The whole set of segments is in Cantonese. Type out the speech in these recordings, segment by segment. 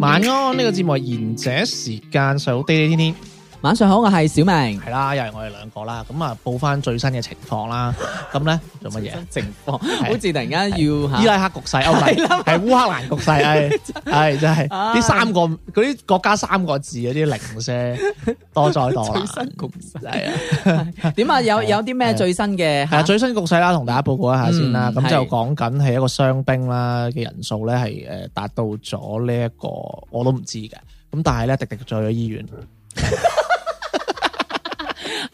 晚安呢、個節目係賢者時間，細佬爹天天晚上好，我係小明。係啦，又係我哋兩個啦。咁啊，報翻最新嘅情況啦。咁咧做乜嘢？情況好似突然間要伊嚇拉克局勢，哦唔係，係烏克蘭局 勢，係係真係唉呢三個嗰啲國家三個字嗰啲零舍多災多 難。局勢係啊，點啊？有係啊有啲咩係啊最新嘅？係啊，最新局勢啦，同大家報告一下先啦。嗯咁就係講緊係一個傷兵啦嘅人數咧，係誒達到咗呢一個我都唔知嘅。咁但係咧，迪迪就去咗醫院。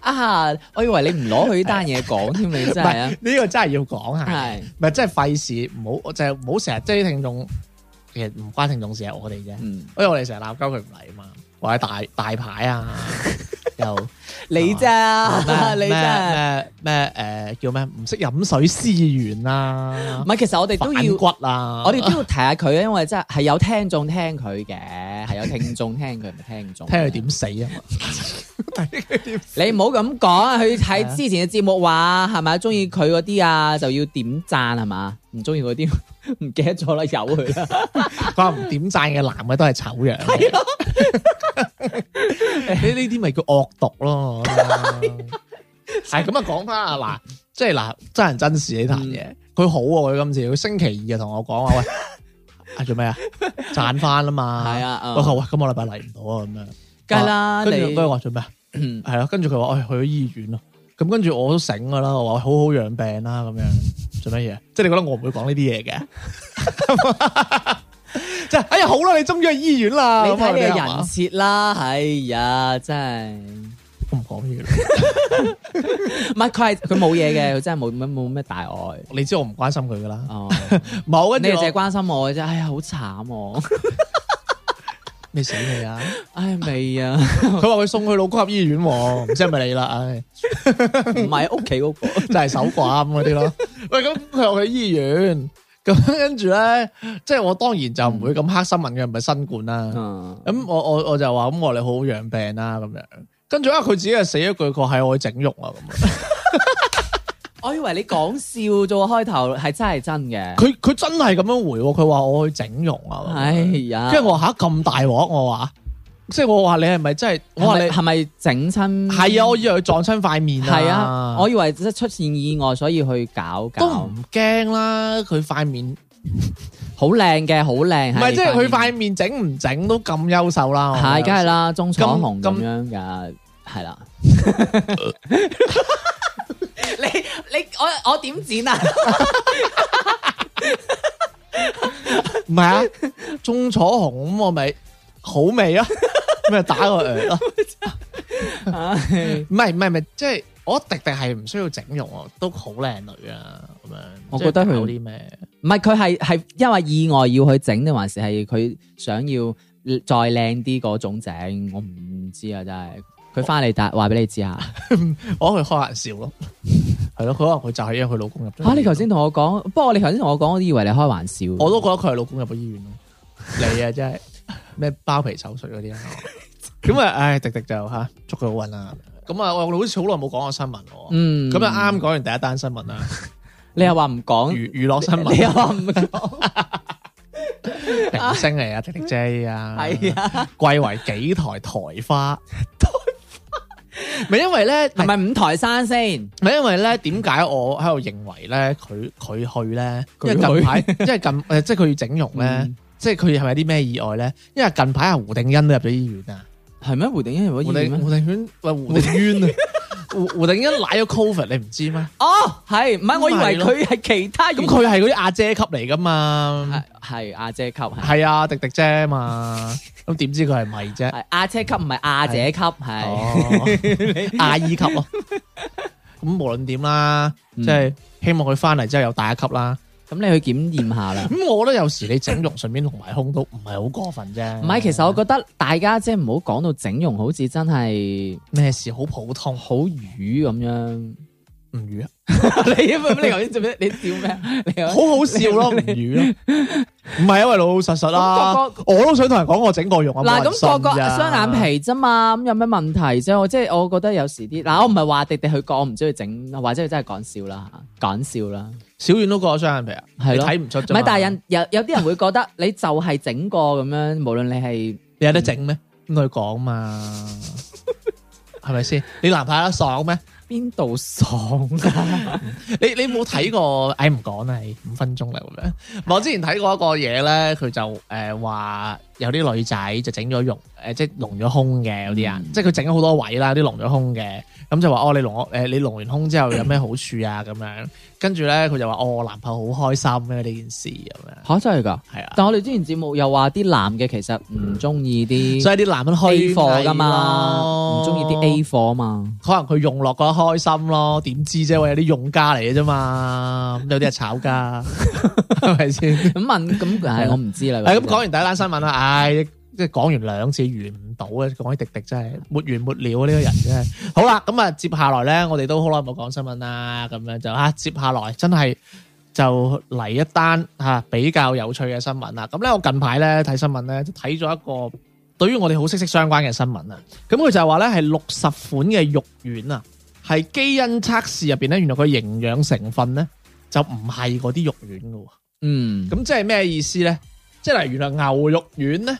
啊！我以為你唔攞佢呢單嘢講添，你真係啊唔係！呢個真係要講下，係唔係真係費事，唔好就係唔好成日即係啲聽眾，其實唔關聽眾事，係我哋啫。嗯，因為我哋成日鬧交佢唔嚟嘛，或者大大牌 啊，又 你 咋？哦咩你咋？ 咩咩誒叫咩唔識飲水思源啊唔，係，其實我哋 都反要骨。啊，我哋都要提下佢，因為真係係有聽眾聽佢嘅，係有聽眾聽佢，唔係聽眾。 聽佢點死啊嘛。你唔好咁講 啊！佢睇之前嘅節目話係咪中意佢嗰啲啊，就要點讚係嘛？唔中意嗰啲 唔記得咗啦，由 佢啦。佢話唔點贊嘅男嘅都係醜樣。係咯，呢呢啲咪叫惡毒咯。係咁啊，講翻啊，嗱，即係嗱，真人真事呢壇嘢，佢好喎，佢今次佢星期二就同我講話，喂，啊做咩啊？賺翻啦嘛。係啊嗯我話喂，今個禮拜嚟唔到啊，咁樣。梗係啦，跟住你跟住我話做咩啊？嗯係咯，跟住佢話，哎，去咗醫院咯。咁跟住我都醒噶啦，我話好好養病啦，咁樣做乜嘢？即係你覺得我唔會講呢啲嘢嘅？ 即係哎呀，好啦，你終於去醫院啦。你咁啊睇你嘅係人嘛設啦，哎呀，真係我唔講嘢啦。唔係佢係佢冇 嘢嘅，佢真係冇乜冇咩大礙。你知我唔關心佢噶啦。哦，冇，跟你住哋淨係我關心我嘅啫，哎呀，好慘喎！ 你死你啊！唉，未啊，佢話佢送去老公入醫院喎，唔知係咪你啦？唉， 唔係屋企嗰個， 就係手掛咁嗰啲咯。喂，咁佢話去醫院，咁跟住咧，即係我當然就唔會咁黑心問佢係咪新冠啦。嗯咁我我我就話咁我哋好好養病啦咁樣，跟住啊佢自己又死咗句，佢話係我去整容啊咁樣。 我以為你講笑啫喎，開頭係真係真嘅。佢佢真係咁樣回喎，佢話我去整容啊。咁樣哎呀，跟住我話吓咁大鑊，我話即係我話你係咪真係？我我話係你係咪整親？係啊，我以為佢撞親塊面啊。係啊，我以為即係出現意外，所以去搞都搞唔，驚啦，佢塊面唔好靚嘅，好靚。係即係佢塊塊面整唔整都咁優秀啦。我覺得係，梗係啦，中彩咁紅咁樣㗎，係 啦。 你你我我點剪啊？唔係啊，鍾楚紅咁我咪好味 啊，咪打個誒咯。唔係唔係唔係，即係我覺得迪迪係唔需要整容啊，都好靚女啊咁樣。我覺得佢即係搞啲咩？唔係佢係係因為意外要去整定還是係佢想要再靚啲嗰種整？我唔知啊，真係。佢翻 嚟答話俾你知啊下。我覺得佢開玩笑 咯，係咯，佢可能佢就係因為佢老公入咗。嚇、你頭先，同我講，不過你頭先同我講，我以為你開玩笑。我都覺得佢係老公入咗醫院咯。你啊，真係咩包皮手術嗰啲啊？咁啊，唉，迪迪就吓祝佢好運啦。咁啊，我好似好耐冇講過新聞喎。嗯，咁啊，啱講完第一單新聞啦，你又話唔講，娛娛樂新嗯你聞，又話唔啊講，明星嚟啊，迪迪姐啊，係啊，貴為幾台台花，台花，咪因為咧，係咪五台山先？唔係因為咧，點解我喺度認為咧，佢佢去咧，因為佢去近排， 因為近誒，即係佢要整容咧，嗯即係佢係咪有啲咩意外咧？因為近排阿胡定欣都入咗醫院啊，係咩？胡定欣入胡咗醫院定咩？胡定欣喂胡定淵啊，胡胡定欣舐咗 covid，你唔知咩？哦，係唔係？我以為咁咪佢係其他咁原佢係嗰啲阿姐級嚟噶嘛係，係阿姐級，係係啊，迪迪姐嘛，咁點知佢係哦咪啫？ 係阿姐級，唔係阿姐級，係嗯哦，阿姨級咯，咁無論點啦，即係希望佢翻嚟之後有大一級啦。咁你去檢驗下啦。咁我覺得有時你整容順便隆埋胸都唔係好過分啫。唔係，其實我覺得大家即係唔好講到整容，好似真係咩事好普通，好魚咁 樣。唔語啊，你你頭先做咩？你笑咩？ 你好好笑 咯，唔語咯。唔係因為老老實實啦咁個，我都想同人講我整過容啊。嗱，咁個個個雙眼皮啫嘛，咁有咩問題啫？我即係我覺得有時啲嗱，我唔係話迪迪去講，我唔知佢整，或者佢真係講笑啦，講笑啦。小遠都過咗雙眼皮啊，係你咯睇唔出唔啫嘛。係，但係人有有啲人會覺得 你就係整過咁樣，無論你係你有得整咩？咁佢講 嘛，係咪先？你男排得爽咩？邊度 爽啊，你你冇睇過？唉，唔講啦，唉五分鐘啦咁樣。我之前睇過一個嘢咧，佢就誒話、有啲女仔就整咗容，誒、呃即係隆咗胸嘅有啲人，嗯即係佢整咗好多位啦，啲隆咗胸嘅，咁就話哦，你隆我誒、你隆完胸之後有咩好處啊？咁樣，跟住咧佢就話哦，我男朋友好開心嘅呢件事咁樣，嚇真係㗎！係啊，但我哋之前節目又話啲男嘅其實唔中意啲所以啲男人 A 虛貨㗎偽嘛，咯唔中意啲 A 貨啊嘛。可能佢用落覺得開心咯，點知啫？我有啲用家嚟嘅啫嘛，咁有啲係炒家，係咪先？咁問咁係我唔知啦。係咁講完第一單新聞啦，唉，即係講完兩次完唔到啊！講起迪迪真係沒完沒了啊！呢個人真係好啦，咁啊接下來咧，我哋都好耐冇講新聞啦，咁樣就啊接下來真係就嚟一單嚇、啊比較有趣嘅新聞啦。咁咧我近排咧睇新聞咧就睇咗一個對於我哋好息息相關嘅新聞啊。咁佢就係話咧係六十款嘅肉丸啊，係基因測試入邊咧，原來佢營養成分咧就唔係嗰啲肉丸嘅喎。嗯咁即係咩意思咧？即係例如原來牛肉丸咧，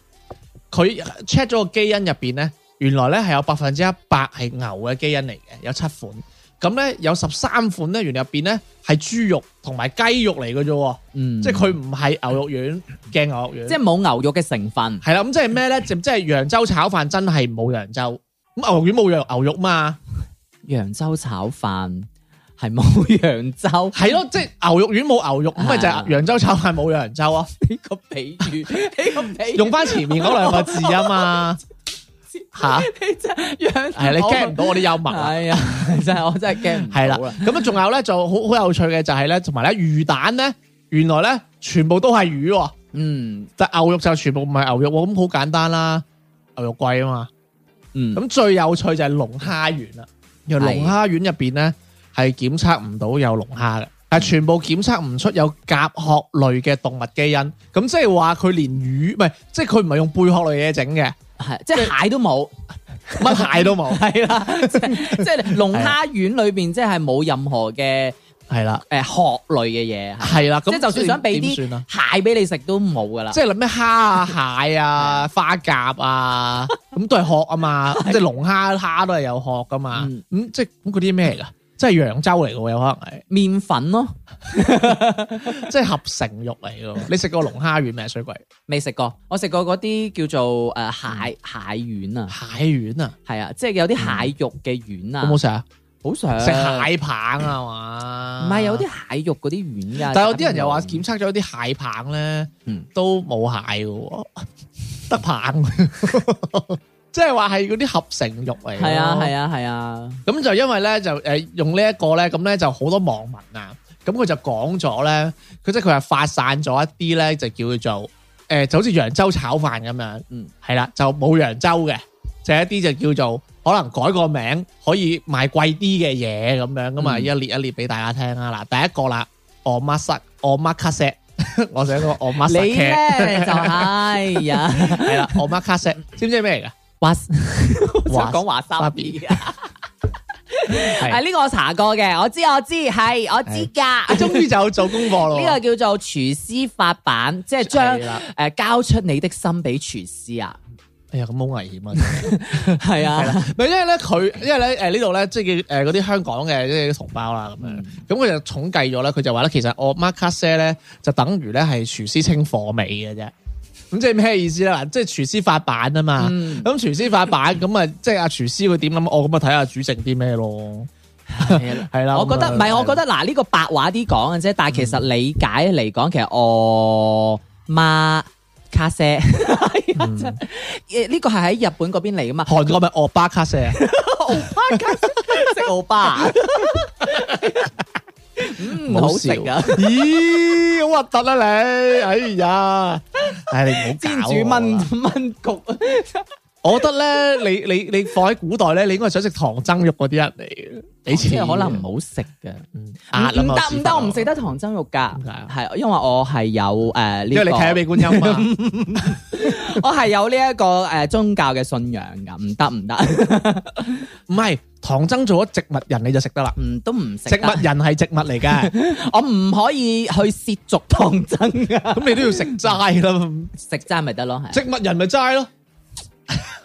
佢 check 咗個基因入邊咧，原來咧係有百分之一百係牛嘅基因嚟嘅，有七款。咁咧有十三款咧，原來入邊咧係豬肉同埋雞肉嚟嘅啫喎，嗯，即係佢唔係牛肉丸嘅牛肉丸。即係冇牛肉嘅成分。係啦，咁即係咩咧？就即係揚州炒飯真係冇揚州，咁牛肉丸冇羊牛肉嘛？揚州炒飯係冇揚州係咯，即係牛肉丸冇牛肉，咁咪就係揚州炒飯冇揚州啊！ 呢個比喻，呢個比喻用翻前面嗰兩個字啊嘛，吓你真係揚係你 get 唔到我啲幽默啊！係啊， 真係我真係 get 唔係啦到啦。，咁啊，仲有咧就好好有趣嘅就係咧，同埋咧魚蛋咧，原來咧全部都係魚喎，嗯但牛肉就全部唔係牛肉喎，咁好簡單啦，牛肉貴啊嘛。嗯，咁最有趣就係龍蝦丸啦，原來龍蝦丸入邊咧係檢測唔到有龍蝦嘅，係全部檢測唔出有甲殼類嘅動物基因，咁即係話佢連魚唔係，即係佢唔係用貝殼類嘢整嘅，係即係蟹 都冇，乜蟹都 冇，係啦，即係即係龍蝦丸裏邊即係冇任何嘅係啦，誒殼類嘅嘢，係係啦，咁即係就算想俾點算啊啲蟹俾你食都冇㗎啦。即係諗咩蝦啊、蟹 啊、花甲啊，咁都係殼啊嘛，即係龍蝦蝦都係有殼噶嘛，嗯咁即係咁嗰啲咩嚟噶？即係揚州嚟嘅喎，有可能 係，麵粉咯，即係合成肉嚟嘅喎。你食過龍蝦丸咩？水鬼未食過，我食過嗰啲叫做誒嗯蟹蟹丸啊，蟹丸啊，係啊，即係有啲蟹肉嘅丸好嗯唔啊好，食啊？好想食蟹棒啊嘛，唔係有啲蟹肉嗰啲丸㗎，啊但係有啲人又話檢測咗啲蟹棒咧嗯，都冇蟹嘅喎， 得棒， 即係話係嗰啲合成肉嚟。係啊係啊係啊，咁就因為咧就誒、呃用呢一個咧，咁咧就好多網民啊，咁佢就講咗咧，佢即係佢係發散咗一啲咧，就叫做誒、呃就好似揚州炒飯咁樣，嗯，係啦，就冇揚州嘅，就一啲就叫做可能改個名可以賣貴啲嘅嘢咁樣，咁啊、嗯一列一列俾大家聽啦。嗱，第一個啦，我媽塞，我媽卡石， 我想講我媽你塞嘅，咧就係 呀，係啦，我媽卡石，知唔知係咩嚟㗎？華想講華沙比比啊，係啊呢個我查過嘅，我知我知係我知㗎，啊，終於就做功課咯喎。 呢個叫做廚師法版，即係將係啦誒交出你的心俾廚師啊，哎呀，咁好危險啊！係 啊，唔係因為咧佢，因為咧誒呢度咧，即係誒嗰啲香港嘅即係啲同胞啦咁嗯樣，咁佢就統計咗咧，佢就話咧，其實我 m a r k a s 咧就等於咧係廚師清貨尾嘅啫。咁即係咩意思咧？嗱，即係廚師發版啊嘛。嗯咁廚師發版咁啊，即係阿廚師會點諗？我咁啊睇下煮剩啲咩咯。係啦啊係啦，嗯我覺得唔係，我覺得嗱呢個白話啲講嘅啫，但係其實理解嚟講，其實我媽卡西嗯呢個係 喺日哦本嗰邊嚟噶嘛，啊韓國咪惡巴卡西啊， 食奧巴，嗯，好食笑啊！咦，好核突啊你！哎呀， 唉，你煎唔好搞煮我啊啦炆炆焗，我覺得咧，你你你放喺古代咧，你應該係想食唐僧肉嗰啲人嚟嘅，俾即錢係可能唔好食嘅。嗯唔壓唔啊嘛得唔得，我唔食，得唐僧肉㗎點解啊，係因為我係有誒因為呢你睇下個，俾觀音啊嘛。 我係有呢一個誒宗教嘅信仰㗎，唔得 唔得，唔係唐僧做咗植物人你就食得啦，唔嗯都唔食植得。物人係植物嚟 嘅，我唔可以去涉足唐僧㗎，咁你都要食齋啦。 食齋咪得咯，係。植物人咪齋咯，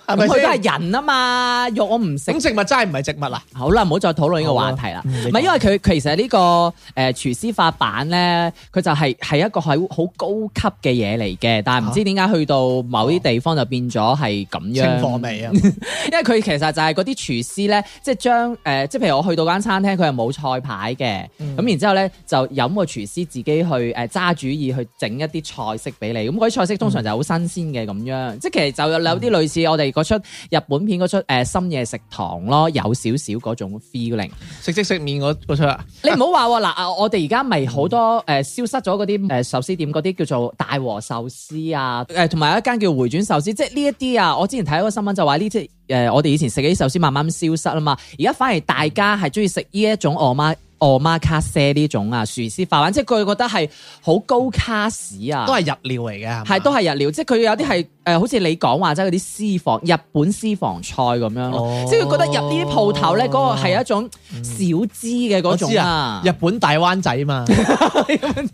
係咁咪佢都先？係人啊嘛，肉我唔食咁。植物齋唔係植物啊？好啦，唔好再討論呢個話題啦。好啊嗯唔係因為佢佢其實呢、個誒、呃、廚師法版咧，佢就係、係一個係好高級嘅嘢嚟嘅，但係唔知點解去到某啲地方就變咗係咁清樣。貨味啊！因為佢其實就係嗰啲廚師咧，即係將誒、呃即係譬如我去到間餐廳，佢係冇菜牌嘅，咁、然之後咧就有個廚師自己去誒揸、主意去整一啲菜式俾你，咁嗰啲菜式通常就係好新鮮嘅咁樣，即係其實就有有啲類似我哋嗰出日本片嗰出誒、呃深夜食堂咯，有少少嗰種 feeling。食即食麵嗰嗰出啊，你唔好話喎，嗱啊，我哋而家咪好多誒消失咗嗰啲誒壽司店嗰啲叫做大和壽司啊，誒同埋有一間叫回轉壽司，即係呢一啲啊，我之前睇嗰個新聞就話呢啲誒我哋以前食嘅啲壽司慢慢消失啊嘛，而家反而大家係中意食呢一種我媽。我媽卡西呢種啊，廚師飯，即係佢覺得係好高卡士啊，都係日料嚟嘅，係都係係日料，即係佢有啲係呃誒，好似你講話齋嗰啲私房日本私房菜咁樣咯，哦即係佢覺得入呢啲鋪頭咧，嗰、個係一種小資嘅嗰種嗯啊嘛。。日本大灣仔 嘛，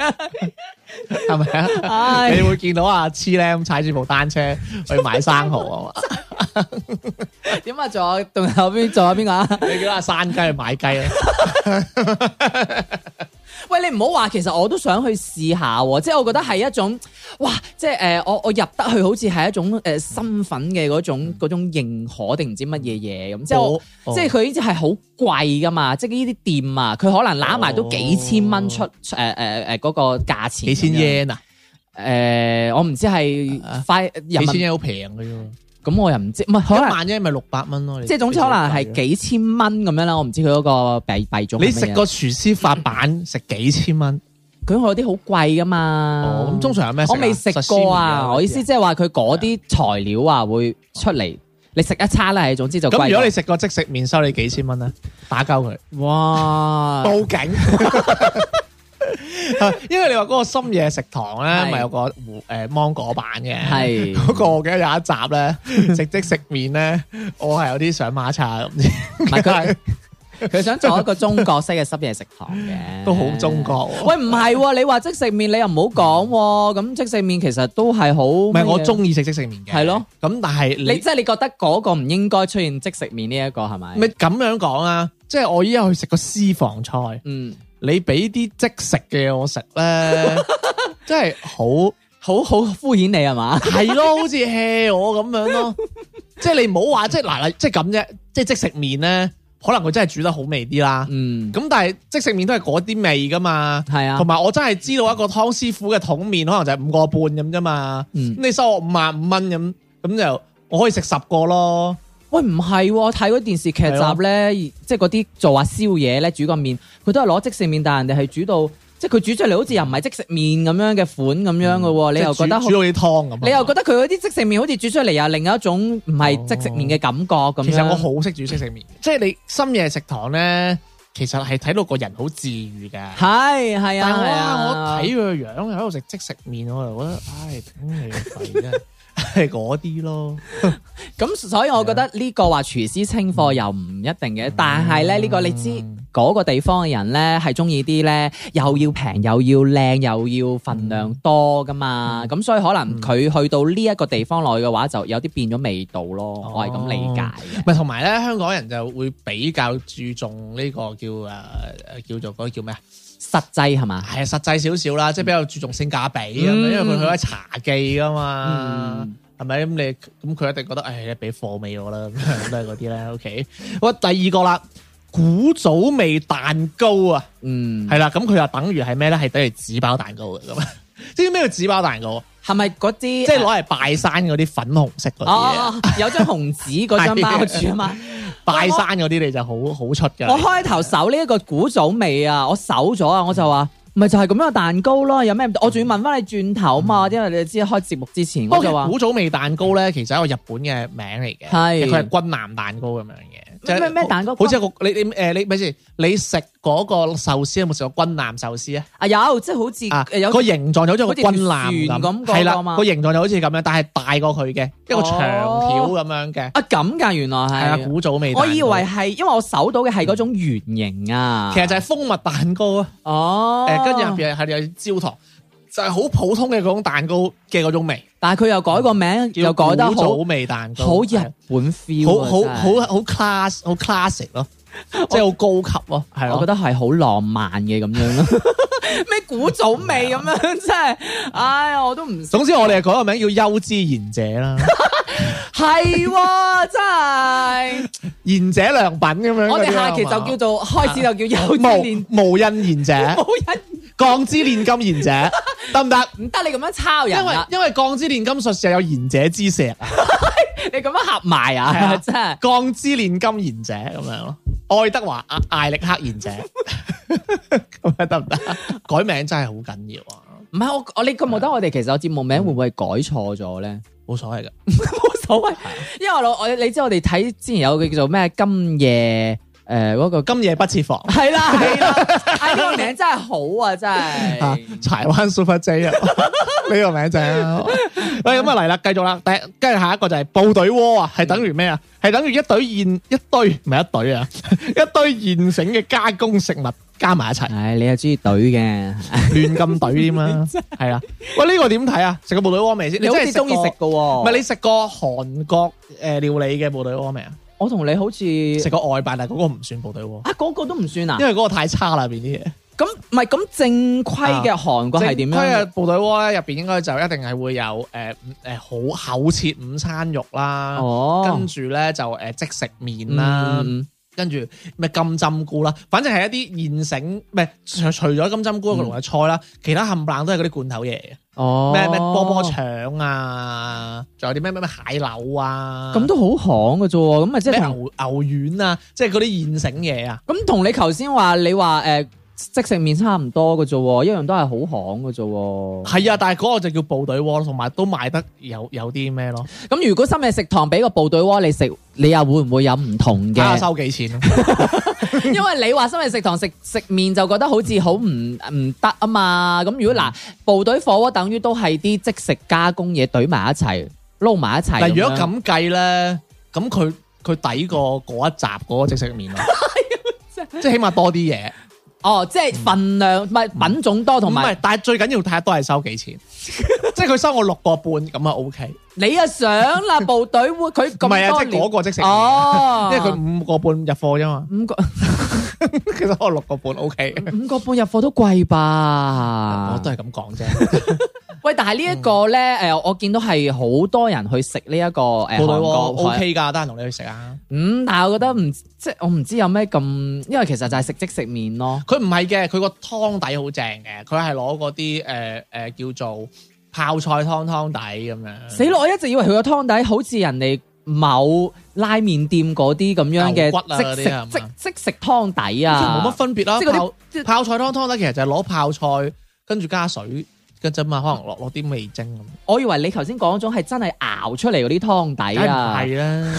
係咪啊？唉你會見到阿黐咧咁踩住部單車去買生蠔 啊嘛，點啊？仲有仲有邊仲有邊 個啊？你見到阿山雞去買雞 啦，喂，你唔好話，其實我都想去試下喎，即係我覺得係一種哇，即係誒、呃我我入得去好似係一種誒、呃身份嘅嗰嗯種嗰種認可定唔知乜嘢嘢咁，即係哦我。即係係佢呢啲係好貴噶嘛，即係呢啲店啊，佢可能揦埋都幾千蚊出誒誒誒嗰個價錢咁樣。哦幾千 yen 啊，誒、我唔知係快幾人千民， yen 好平嘅啫咁我又唔知，唔係可喎，一能萬 yen 咪六百蚊咯。你即係總之可能係幾千蚊咁樣啦，我唔知佢嗰個幣幣種係乜嘢。你食個廚師法 版食幾千蚊，佢嗰啲好貴噶嘛？哦咁通常有咩食啊？我未食 sashimi 過啊！我意思即係話佢嗰啲材料啊會出嚟，你食一餐啦，總之就貴咁如果你咗。食個即食麵收你幾千蚊咧，打交佢哇！ 警。啊因為你話嗰個深夜食堂咧，係咪有個胡誒芒果版嘅， 係嗰個我記得有一集 咧食即食麵咧，我係有啲想馬叉咁，唔係佢佢想做一個中國式嘅深夜食堂嘅，都好中國喎喂，唔係喎，你話即食麵，你又唔好講喎。咁即食麵其實都係好，唔唔係我。中意食即食麵嘅，係咯。咁但係你你即係你覺得嗰個唔應該出現即食麵呢一個係咪？咪咁樣講啊？即係我依家去食個私房菜，嗯，你俾啲即食嘅我食咧， 真係好。好好敷衍你係嘛？係咯，好似 hea 我咁樣咯。即係你唔好話，即係嗱嗱，即係咁啫。即係即食麵咧，可能佢真係煮得好味啲啦。嗯，咁、但係即食麵都係嗰啲味噶嘛。係啊同，埋我真係知道一個湯師傅嘅桶麵可能就係五個半咁啫嘛。嗯咁你收我五萬五蚊咁，咁就我可以食十個咯。喂，唔係喎，睇嗰電視劇集咧，即係嗰啲做下宵夜咧，煮個麵，佢都係攞即食麵，但係人哋係煮到，即係佢煮出嚟好似又唔係即食麵咁樣嘅款咁樣嘅喎，哦你又覺得嗯即係煮好煮到啲湯咁啊。你又覺得佢嗰啲即食麵好似煮出嚟又另一種唔係即食麵嘅感覺咁樣。哦其實我好識煮即食麵，即係你深夜食堂咧，其實係睇到個人好治愈㗎。係係但係啊係哇，啊，我睇佢個樣喺度食即食麵，我就覺得，唉，頂你個肺真係 係嗰啲咯。咁所以我覺得呢個話廚師清貨又唔一定嘅，嗯但啊係咧呢個你知嗰個地方嘅人咧係中意啲咧又要平又要靚又要份量多噶嗯嘛，咁所以可能佢去到呢一個地方內嘅話，就有啲變咗味道咯，哦我係咁理解嘅。咪同埋咧，香港人就會比較注重呢個叫誒、呃、叫做嗰個叫咩啊？實際係嘛？係啊實際少少啦，即係比較注重性價比咁樣，因嗯為佢去咗茶記噶嘛嗯，係咪咁你咁佢一定覺得，唉，你俾貨尾我啦，咁樣都係嗰啲咧。OK，好第二個啦，古早味蛋糕啊！嗯，係啦，咁佢又等於係咩咧？係等於紙包蛋糕嘅咁。 知唔知咩叫紙包蛋糕啊？係咪嗰啲啊即哦係攞嚟拜山嗰啲粉紅色嗰啲嘢。啊 哦，有張紅紙嗰張包住啊嘛，拜山嗰啲你就好好出我㗎。開頭搜呢一個古早味啊，我搜咗啊，我就話。咪就係咁樣嘅蛋糕咯，有咩唔嗯同？我仲要問翻你轉頭嘛，因為你知開節目之前不我過其就話實古早味蛋糕咧，其實係一個日本嘅名嚟嘅，係佢係軍艦蛋糕咁樣嘅，咩咩咩蛋糕好似有個你你誒你咪先，你食嗰個壽司有冇食過軍艦壽司啊？啊有，即係好似啊，誒有個形狀就好似個軍艦好似條船咁咁，嗰個係嘛啦，個形狀就好似咁樣，但係大過佢嘅一個長條哦咁樣嘅，啊咁㗎，原來係啊，係。古早味蛋我糕。以為係，因為我搜到嘅係嗰種圓形啊。其實就係蜂蜜蛋糕啊，哦，誒，跟住入邊係有焦糖，就係好普通嘅嗰種蛋糕嘅嗰種味，但係佢又改個名，嗯叫又改得古早好味蛋糕，好日係本 feel，好啊好真係好好 class 好 classic 咯，即係好高級咯，係我咯。覺得係好浪漫嘅咁樣 咯，咩古早味咁樣，嗯真係，唉，我都唔識總之我哋改個名叫優之賢者啦，係喎，真 係，賢者良品咁樣嗰啲啊嘛。啊我哋下期就叫做開始就叫有之年無無印賢 者，冇人，鋼之煉金賢者，得唔得？唔得你咁樣抄因人啊為啦，因為鋼之煉金術士有賢者之石啊，你咁樣合埋係啊，啊真係。鋼之煉金賢者咁樣咯，愛德華艾艾力克賢者，咁樣得唔得？啊改名真係好緊要啊，唔係我我你覺唔覺得我哋其實個節目名會唔會係改錯咗咧？冇所謂噶。冇所謂，因為我我你知我哋睇之前有個叫做咩今夜誒嗰個今夜不設防 係啦 係啦，哎係呢個名真係好 啊真啊係，，柴灣 Super J 啊，呢個名正啊。喂，咁啊嚟啦，繼續啦。第跟住下一個就係部隊鍋啊，係等於咩啊？係等於一堆現一堆唔係一堆啊，一堆現成嘅加工食物加埋一齊。唉你又中意隊嘅，亂咁懟添 啦，係啊！喂，呢個點睇啊？食過部隊鍋未先？你好似真係中意食嘅過喎，唔係你食過韓國誒料理嘅部隊鍋未啊？我同你好似食過外賣，但係嗰個唔算部隊鍋，啊嗰個都唔算啊因，為嗰個太差啦，入邊啲嘢。咁唔係咁啊正規嘅韓國係點正規嘅樣？部隊鍋咧，入邊應該就一定係會有誒嗯誒好厚切午餐肉啦，哦跟，住咧就誒即食麵啦。嗯跟住咩金針菇啦，反正係一啲現成，唔係除除咗金針菇嗰個龍嘅菜啦，其他冚唪唥都係嗰啲罐頭嘢嚟嘅。嗯哦咩咩波波，腸啊，仲有啲咩咩咩蟹柳啊，咁都好行嘅啫喎，咁咪即係咩同牛牛丸啊，即係嗰啲現成嘢啊，咁同你頭先話你話誒、呃即食麵差唔多嘅啫喎，一樣都係好行嘅啫喎。係啊，但係嗰個就叫部隊鍋咯，同埋都賣得有有啲咩咯，咁如果深夜食堂俾個部隊鍋你食，你又會唔會有唔同睇下嘅？啊收幾錢咯。因為你話深夜食堂食食麵就覺得好似好唔唔得啊嘛。咁如果嗱、嗯部隊火鍋等於都係啲即食加工嘢懟埋一齊撈埋一齊。但係如果樣，咁計咧，咁佢佢抵過嗰一集嗰個即食 麵咯，啊即係起碼多啲嘢。哦，即係份量唔係品種多，同嗯唔埋係，但係最緊要睇下都係收幾 錢，即係佢收我六個半咁啊 OK，唔你啊想啦，部隊會佢咁多係啊，即係料嗰個即食麵，哦因，為佢五個半入貨啫 嘛，五個。其實我六個半 OK。五個半入貨都貴吧？啊我都係咁講啫，喂，但係呢一個咧，誒、我見到係好多人去食呢一個誒部韓隊鍋國菜 OK 㗎，得閒同你去食啊。嗯，但係我覺得唔即係我唔知有咩咁，因為其實就係食即食麵咯。佢唔係嘅，佢個湯底好正嘅，佢係攞嗰啲誒誒叫做泡菜湯湯底咁樣。死咯！我一直以為佢個湯底好似人哋某拉麵店嗰啲咁樣嘅牛骨啊嗰即啲係嘛食即即食湯底即係冇乜啊，分別啦。即係嗰啲泡即係泡菜湯湯底其實就係攞泡菜跟住加水嘅啫嘛，可能落落 啲味精咁。我以為你頭先講嗰種係真係熬出嚟嗰啲湯梗底係唔啊，係啦。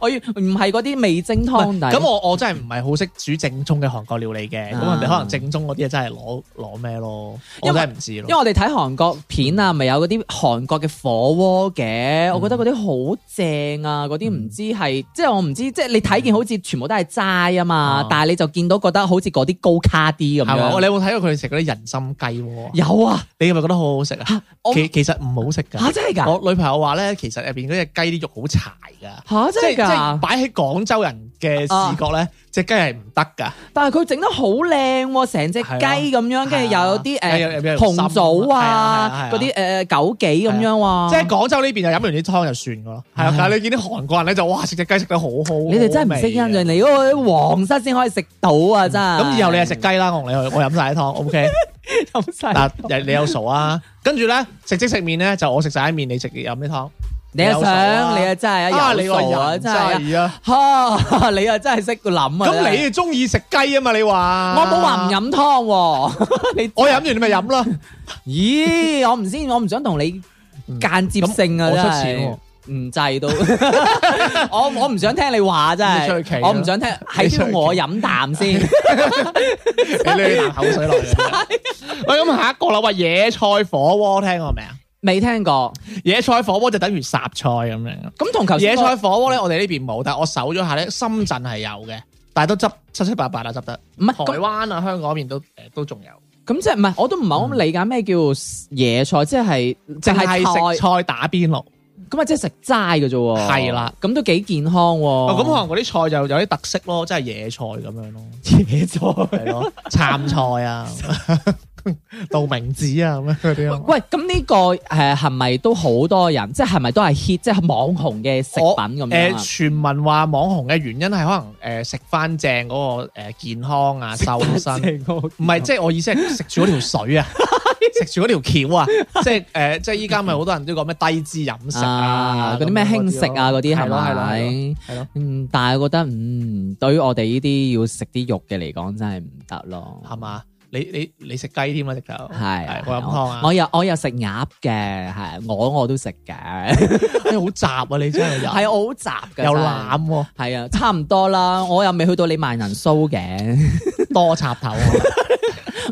我以唔係嗰啲味精湯底。咁我我真係唔係好識煮正宗嘅韓國料理嘅，咁啊人哋可能正宗嗰啲真係攞攞咩咯，因為我真係唔知因為咯。我哋睇韓國片啊，咪有嗰啲韓國嘅火鍋嘅，我覺得嗰啲好正啊！嗰啲唔知係，即係我唔知，即係你睇見好似全部都係齋啊嘛啊，但係你就見到覺得好似嗰啲高卡啲咁係嘛？你樣。有冇睇過佢哋食嗰啲人參雞鍋啊？有啊，你係咪覺得好好食啊？嚇我其其實唔好食㗎。嚇真係㗎，我女朋友話咧，其實入邊嗰只雞啲肉好柴噶，嚇即係即係真係㗎，哦擺喺廣州人嘅視覺咧，只雞係唔得噶，但係佢整得好靚喎，成隻雞係啊咁樣，跟住係又啊有啲係啊有誒有紅棗係啊係啊啊，係啊嗰啲誒枸杞咁樣喎。即係廣州呢邊就飲完啲湯就算噶咯，係啊唉。但係你見啲韓國人咧就哇食只雞食得好好，哦你哋真係唔識欣賞，你嗰個皇室先可以食到啊！真係。咁以後你係食雞啦，我同你去，我飲晒啲湯，OK。 咁細嗱，你你有傻啊？跟住咧食即食麵咧，就我食晒啲麵，你食飲啲湯。你又有仇啊想，你又真係啊，有你傻啊，個人真係真係啊！嚇， 你又真係識諗啊！咁你中意食雞啊嘛？你話我冇話唔，飲湯喎， 你我飲完你咪飲啦。咦？我唔知，我唔想同你間接性啊，嗯咁我真出係錢唔制到。 我我唔想聽你話真你出去係，企啊我唔想聽，你出係去要我飲啖先。你 你啖口水落嚟。 喂，咁下一個啦，喂，野菜火鍋聽過未啊？未聽過，野菜火鍋就等於雜菜咁樣。咁同頭野先嗰菜火鍋咧，我哋呢邊冇，但係我搜咗下咧，深圳係有嘅，但係都執七七八八啊啦，執得。唔係台咁灣啊、香港嗰邊都誒都仲有，咁即係唔係？我都唔係好理解咩叫野菜，即係就嗯淨係係菜食。菜打邊爐。咁啊，即係食齋嘅啫喎。係啦，咁都幾健康喎。哦，咁可能嗰啲菜就有啲特色咯，即係野菜咁樣咯， 野菜。係咯，杉菜啊、 道明寺啊咁樣嗰啲咯。喂，咁呢個誒係咪都好多人？即係咪都係 hit，即係網紅嘅食品咁樣誒，啊？傳聞話網紅嘅原因係可能誒、食翻正嗰、個、誒健康 啊、瘦身，唔係即係我意思係食住嗰條水 啊，食住嗰條橋啊，即係誒、即係依家咪好多人都講咩低脂飲食啊啊，，嗰啲咩輕食啊，嗰啲係係咯係咯係咯咪？係咯，嗯，但係我覺得嗯，對於我哋呢啲要食啲肉嘅嚟講，真係唔得咯。係嘛？你你你食雞添啊，直頭係係啊我飲湯啊我我，有我有食鴨嘅，係啊我我都食嘅，哎好雜啊！你真係係有我好雜嘅，有真係攬喎，係啊，差唔多啦。我又未去到你萬人酥嘅，多插頭啊，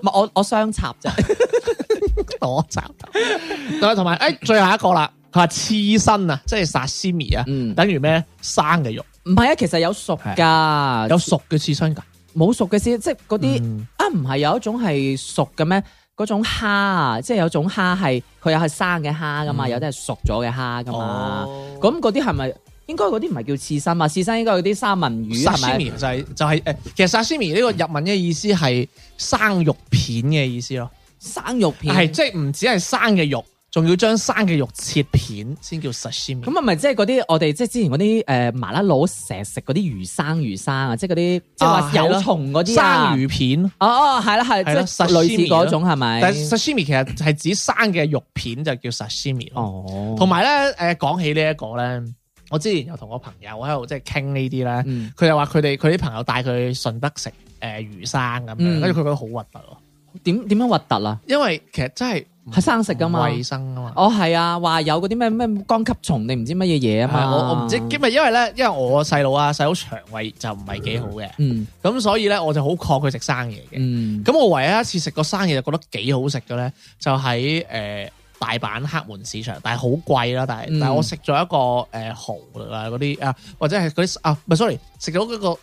唔係我我雙插啫。 多插頭，同埋誒最後一個啦，佢話刺身啊，即係沙司米啊，嗯，等於咩生嘅肉。唔係啊，其實有熟噶，有熟嘅刺身㗎，冇熟嘅先，即係嗰啲嗯啊，唔係有一種係熟嘅咩？嗰種蝦啊，即係有種蝦係佢有係生嘅蝦噶嘛，有啲係熟咗嘅蝦噶嘛。嗯哦咁嗰啲係咪應該嗰啲唔係叫刺身啊嘛？刺身應該有啲三文魚啊係咪？ sashimi 就係就係誒，其實 sashimi 呢個日文嘅意思係生肉片嘅意思咯，生肉片係即係唔止係生嘅肉，仲要將生嘅肉切片先叫 sashimi。咁係咪即係嗰啲我哋即係之前嗰啲誒麻甩佬成日食嗰啲魚生魚生啊，即係嗰啲即係啊話係咯有蟲嗰啲啊？生魚片，哦哦，係啦係，係啦即係類似 sashimi 嗰種係咪？但係 sashimi 其實係指生嘅肉片就叫 sashimi 咯。哦，同埋咧，誒講起呢一個咧，我之前有同我朋友喺度即係傾呢啲咧，嗯佢就話佢哋佢啲朋友帶佢去順德食誒魚生咁樣，嗯跟住佢覺得好核突咯，點點樣核突啊？因為其實真係唔係生食噶嘛？衛生啊嘛。哦，係啊，話有嗰啲咩咩光吸蟲定唔知乜嘢嘢啊係嘛，我我唔知，因為因為咧，因為我細佬啊，細佬腸胃就唔係幾好嘅，嗯咁所以咧我就好抗拒食生嘢嘅。嗯，咁我唯一一次食過生嘢就覺得幾好食嘅咧，就喺誒大阪黑門市場，但係好貴啦。但係嗯但係我食咗一個誒蠔啊嗰啲啊，或者係嗰啲啊，唔係 sorry，食咗嗰個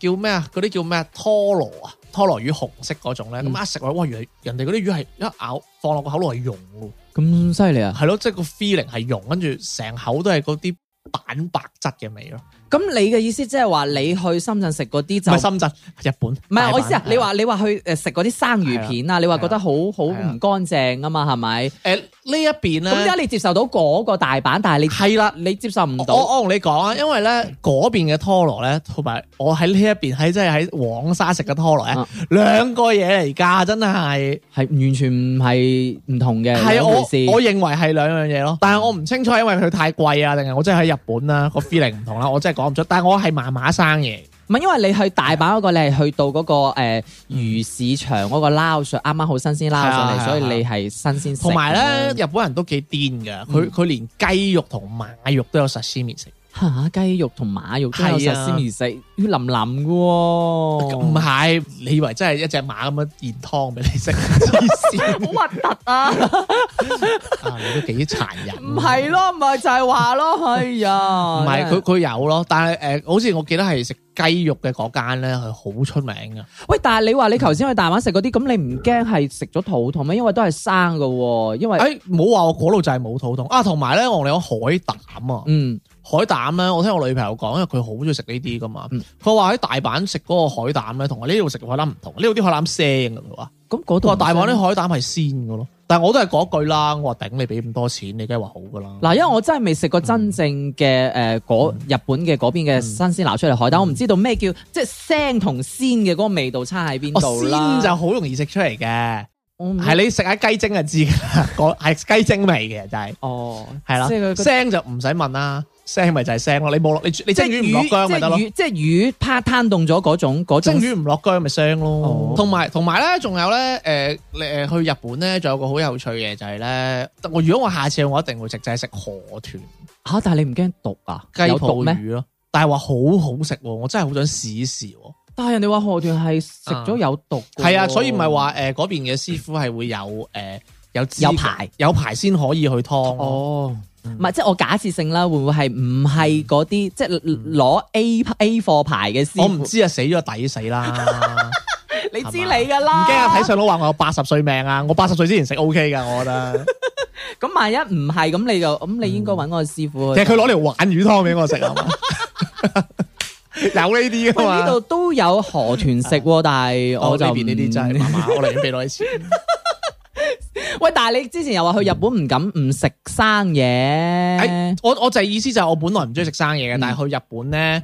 叫咩啊？嗰啲叫咩啊？拖羅啊，拖羅魚紅色嗰種咧，嗯咁一食落去，哇！原來人哋嗰啲魚係一咬放落個口度係溶喎。咁犀利啊！係咯，即係個 feeling 係溶，跟住成口都係嗰啲蛋白質嘅味咯。咁你嘅意思即係話你去深圳食嗰啲唔就係深圳，日本。唔係我意思啊大！阪你話你話去誒食嗰啲生魚片啊，你話覺得好好係啊唔乾淨啊嘛，係咪？誒呢一邊咁點咧解你接受到嗰個大阪，但係你係啦，你接受唔我到？我同你講啊，因為咧嗰邊嘅拖羅咧，同埋我喺呢一邊喺即係喺黃沙食嘅拖羅咧啊，兩個嘢嚟㗎，真係係完全唔係唔同嘅係啊兩我回事我認為係兩樣嘢咯。但係我唔清楚，因為佢太貴啊，定係我真係喺日本啦個 feeling 唔同啦，我真係講唔出。但係我係麻麻生嘢，唔係，因為你去大阪嗰個，你係去到嗰個誒魚市場嗰個撈上，啱啱好新鮮撈上係啊嚟，所以係啊你係新鮮食。同埋咧日本人都幾癲㗎，佢佢連雞肉同馬肉都有 sashimi 食。嚇雞肉同馬肉都有係壽啊司味食，要淋淋嘅喎。唔係，你以為真係一隻馬咁樣現湯俾 你食？黐線好核突啊！啊！你都幾殘忍。 唔係咯，咪就係話咯，哎呀，唔係佢佢有咯，但係誒、呃好似我記得係食雞肉嘅嗰間咧，係好出名嘅。喂，但係你話你頭先去大阪食嗰啲，咁你唔驚係食咗肚痛咩？因為都係生嘅喎，因為誒冇哎話我嗰度就係冇肚痛啊，同埋咧我哋有海膽啊，嗯海膽咧，我聽我女朋友講，因為佢好中意食呢啲噶嘛嗯。佢話喺大阪食嗰個海膽咧，同我呢度食嘅海膽唔同，呢度啲海膽腥嘅佢話。咁嗰佢度話大阪啲海膽係鮮嘅咯，但係我都係嗰句啦，我話頂你俾咁多錢，你梗係話好噶啦。嗱，因為我真係未食過真正嘅誒嗰日本嘅嗰邊嘅新鮮撈出嚟海膽，我唔知道咩叫即係腥同鮮嘅嗰個味道差喺邊嗯我度哦鮮啦。就好容易食出嚟嘅，我唔係你食下雞精就知㗎，嗰係雞精味嘅就係哦，係啦，即係佢聲就唔使問啦，聲咪就係聲咯，你冇落你你蒸魚唔落薑咪得咯即係魚，即係魚啪攤凍咗嗰種嗰蒸種魚唔落薑咪聲哦咯，同埋同埋咧，仲有咧，誒你誒去日本咧，仲有個好有趣嘅就係咧，我如果我下次去我一定會直接食河豚嚇，但係你唔驚毒啊？雞有泡毒咩？魚咯，但係話好好食喎，我真係好想試一試喎。但係人哋話河豚係食咗有毒㗎喎，係啊，所以咪話誒嗰邊嘅師傅係會有誒、呃有資有格牌有牌先可以去劏咯。哦。唔係，即係我假設性啦，會唔會係唔係嗰啲即係攞 A A 貨牌嘅師嗯傅？我唔，知啊，死咗抵死啦！你知係嘛你㗎唔啦。驚啊！睇相佬話我有八十歲命啊！我八十歲之前食 O K 噶，我覺得。咁萬一唔係咁，你就咁你應該揾個師傅其嗯去。實佢攞嚟玩魚湯俾我食係嘛？有呢啲噶喂嘛呢？度都有河豚食 喎，但係啊我我呢就唔邊呢啲真係麻 麻，我寧願俾多啲錢。喂，但係你之前又話去日本唔敢唔食生嘢哎誒，，我我就係意思就係我本來唔中意食生嘢嘅嗯，但係去日本咧，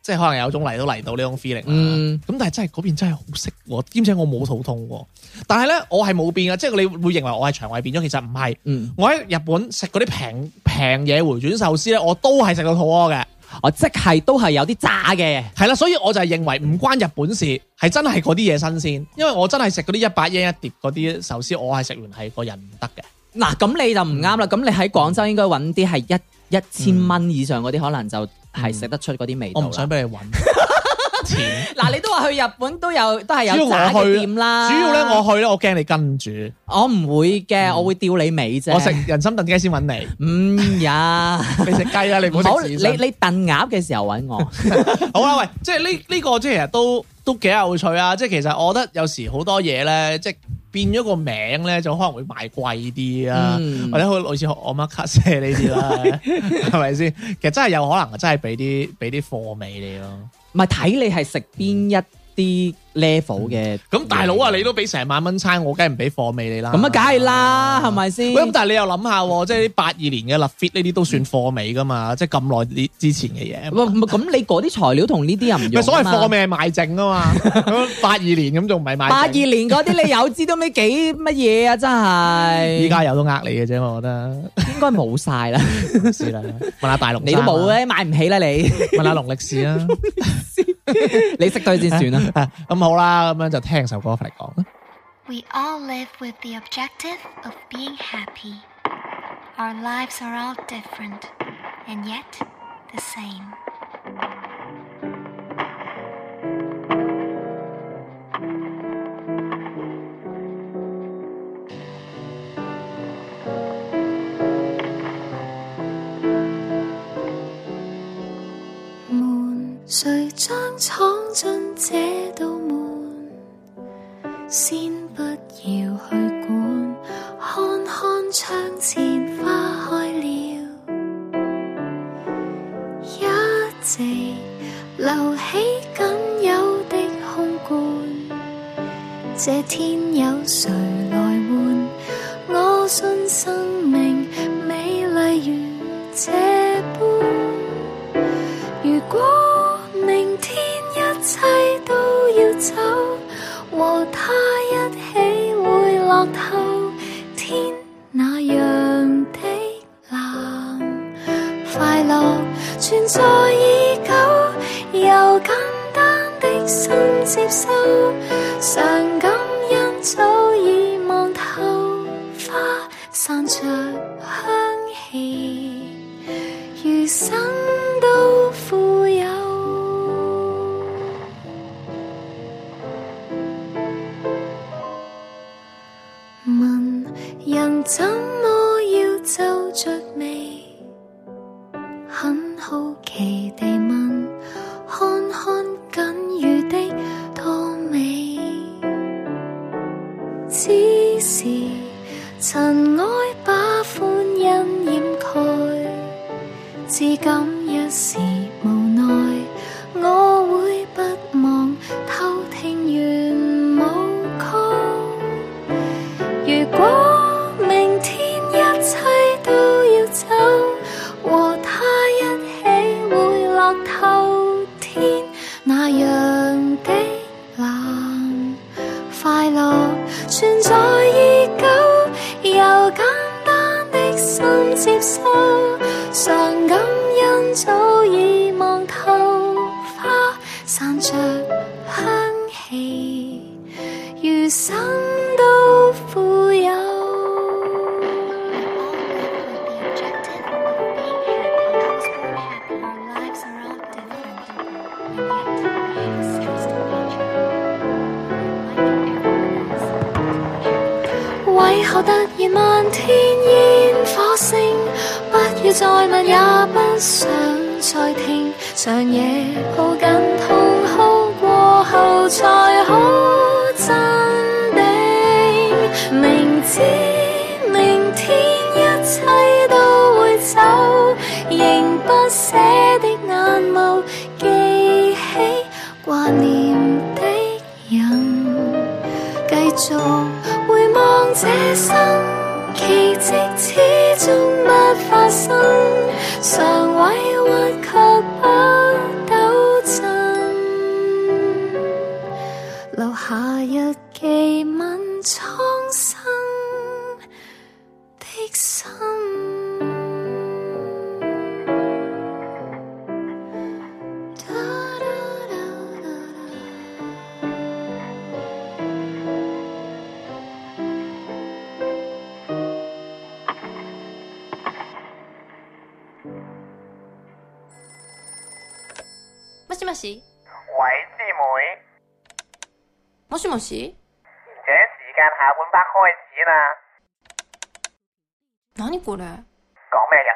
即係可能有種嚟到嚟到呢種 feeling 啦。嗯，咁但係真係嗰邊真係好識喎，兼且我冇肚痛喎。但係咧，我係冇變嘅，即係你會認為我係腸胃變咗，其實唔係。嗯，我喺日本食嗰啲平平嘢回轉壽司咧，我都係食到肚屙嘅。我即係都係有啲渣嘅，係啦，所以我就係認為唔關日本事，係真係嗰啲嘢新鮮。因為我真係食嗰啲一百 y 一碟嗰啲壽司，我係食完係個人唔得嘅。嗱咁你就唔啱啦，咁你喺廣州應該揾啲係一一千蚊以上嗰啲，可能就係食得出嗰啲味道我啦唔想俾你揾 錢。嗱，你都話去日本都有都係主要有我渣去嘅店啦，主要咧，我去咧，我驚你跟住，我唔會嘅，我會吊你尾啫，我食人參燉雞先揾你。嗯呀。你食雞啦，你唔 唔好好你食你刺身燉鴨嘅時候揾我，好啊啦，喂，即係呢呢個即係其實都都幾有趣啊！即係其實我覺得有時好多嘢咧，即係變咗個名咧，就可能會賣貴啲 啊，嗯或者好類似學我媽卡西呢啲 啦，係咪先？其實真係有可能真係俾啲俾啲貨尾你咯。唔係睇你係食邊一啲 level 嘅。咁大佬啊，你都俾成萬蚊餐，我梗係唔嗯俾貨尾你啦。咁啊，梗係啦，係咪先？喂，咁但係你又諗下喎，即係八二年嘅立 fit 呢啲都算貨尾噶嘛，即係咁耐呢之前嘅嘢。喂唔係咁你嗰啲材料同呢啲又唔咪用所謂貨咩？尾係賣剩啊嘛， 咁八二年咁仲唔係賣剩？八二年嗰啲你有知都咩幾乜嘢啊？真係依家有都呃你嘅啫，我覺得應該冇晒啦，唔知啦。問下大陸，啊你都冇，咧，買唔起啦你，問下農歷史啦。 你識對先算啦。啊咁好啦，咁樣就聽首歌嚟講啦。 We all live with the objective of being happy. Our lives are all different, and yet the same. Moon，誰將闖進這道門？先不要去管，看看窗前花開了，一直留起僅有的空罐。這天有誰來換？我信生命美麗如這般。如果明天一切都要走，和他一起會落透天那樣的藍，快樂存在已久，由簡單的心接收，常感恩早已望透，花散着香氣。餘生都富有。問人怎麼要皺着眉？很好奇地問，看看僅餘的多美。只是塵埃把歡欣掩蓋。至今一時無奈，我會不忘偷聽原舞曲。如果明天一切都要走，和他一起會落透天那樣的藍，快樂存在。接收，常感恩早已望透，花散着香氣，餘生都富有。 We all live with the objective of being happy. I was born happy. Our lives are all different, and yet I have a sense of nature. Like everyone else, I'm happy. 為何突然漫天煙火聲？不要再問，也不想再聽。長夜抱緊痛哭過後，才可鎮定。明知明天一切都會走，仍不捨的眼眸，記起掛念的人。繼續回望這生，奇蹟始終不發生，常委屈卻不抖震，留下日記吻蒼生的心。Da da da da da. もしもし喂，師妹，もしもし而且時間下半 part 開始啦，何これ講咩日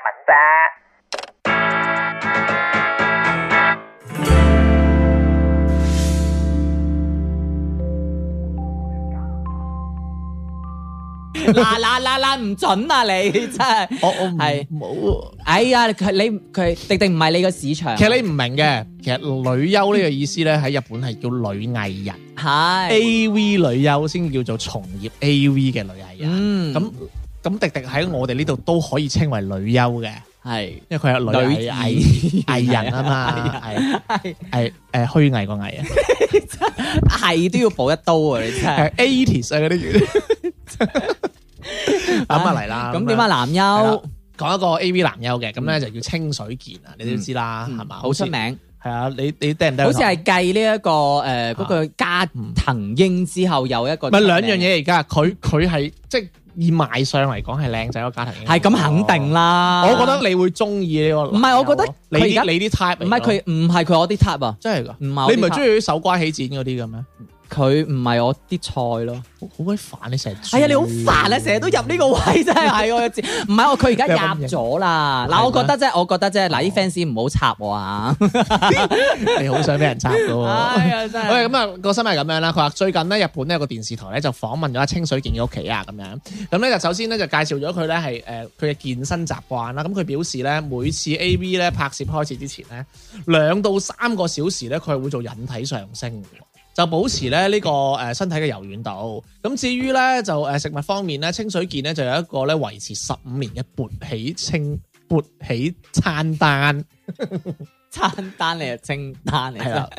文啫？嗱嗱嗱嗱，唔准啊！你真系，我我唔係冇。哎呀，佢你佢迪迪唔係你個市場，其實你唔明嘅，其實女優呢個意思咧喺日本係叫女藝人係，A V 女優先叫做從業 A V 嘅女藝人。嗯咁咁迪迪喺我哋呢度都可以稱為女優嘅，係因為佢係女女藝藝人 啊嘛，係係係誒虛偽個藝啊係都要補一刀啊！你真係係，eighties 啊嗰啲叫。咁啊嚟啦，咁點啊？？男優講一個 A V 男優嘅，咁咧就叫清水健啊，你都知啦，係係嘛？嗯嘛？好出名，係啊，你你掟唔掟？好似係繼呢一個誒嗰個加藤英之後有一個咪兩樣，嘢而家，嗯佢佢係即係以賣相嚟講係靚仔個家庭，係咁肯定。啦。我覺得你會中意呢個男友咯，唔係我覺得你佢而家啲你啲 type 嚟唔係咯佢唔係佢我啲 type 啊，真係㗎，唔係我啲你唔係 type 中意手瓜起剪嗰啲嘅咩？佢唔係我啲菜咯。好好鬼煩你成日，係啊，你好煩啊，成日都入呢個位真係係我嘅字唔係我佢而家入咗啦。嗱，我覺得啫，我覺得啫，嗱啲 fans 唔好插我啊！哎你好想俾人插嘅 哦喎。呀，真喂，咁啊個新聞係咁樣啦。佢話最近咧，日本咧有個電視台咧就訪問咗阿清水健嘅屋企啊，咁樣咁咧就首先咧就介紹咗佢咧係誒佢嘅健身習慣啦。咁佢表示咧每次 A V 咧拍攝開始之前咧兩到三個小時咧佢係會做引體上升嘅喎。就保持咧呢個誒身體嘅柔軟度。咁至於咧就誒食物方面咧，清水健咧就有一個咧維持十五年嘅勃起清勃起餐單。餐單嚟啊，清單嚟係啦啊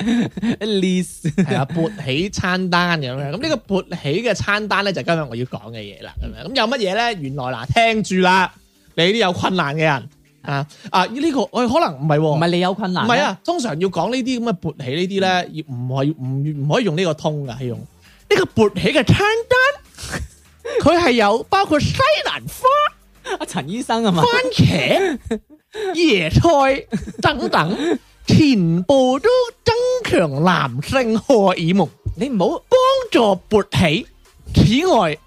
list 係啊，勃起餐單咁樣。咁呢個勃起嘅餐單咧，就係今日我要講嘅嘢啦。咁樣咁有乜嘢咧？原來嗱，聽住啦，你啲有困難嘅人啊啊，呢、個我可能唔係哦唔係喎，你有困難唔咩係，啊，通常要講呢啲咁嘅勃起呢啲咧，要唔係唔唔可以用呢個通㗎，係用呢個勃起嘅餐單，佢係有包括西蘭花、阿陳醫生啊嘛番，茄、椰菜等等，全部都增強男性荷爾蒙。你唔好幫助勃起。此外，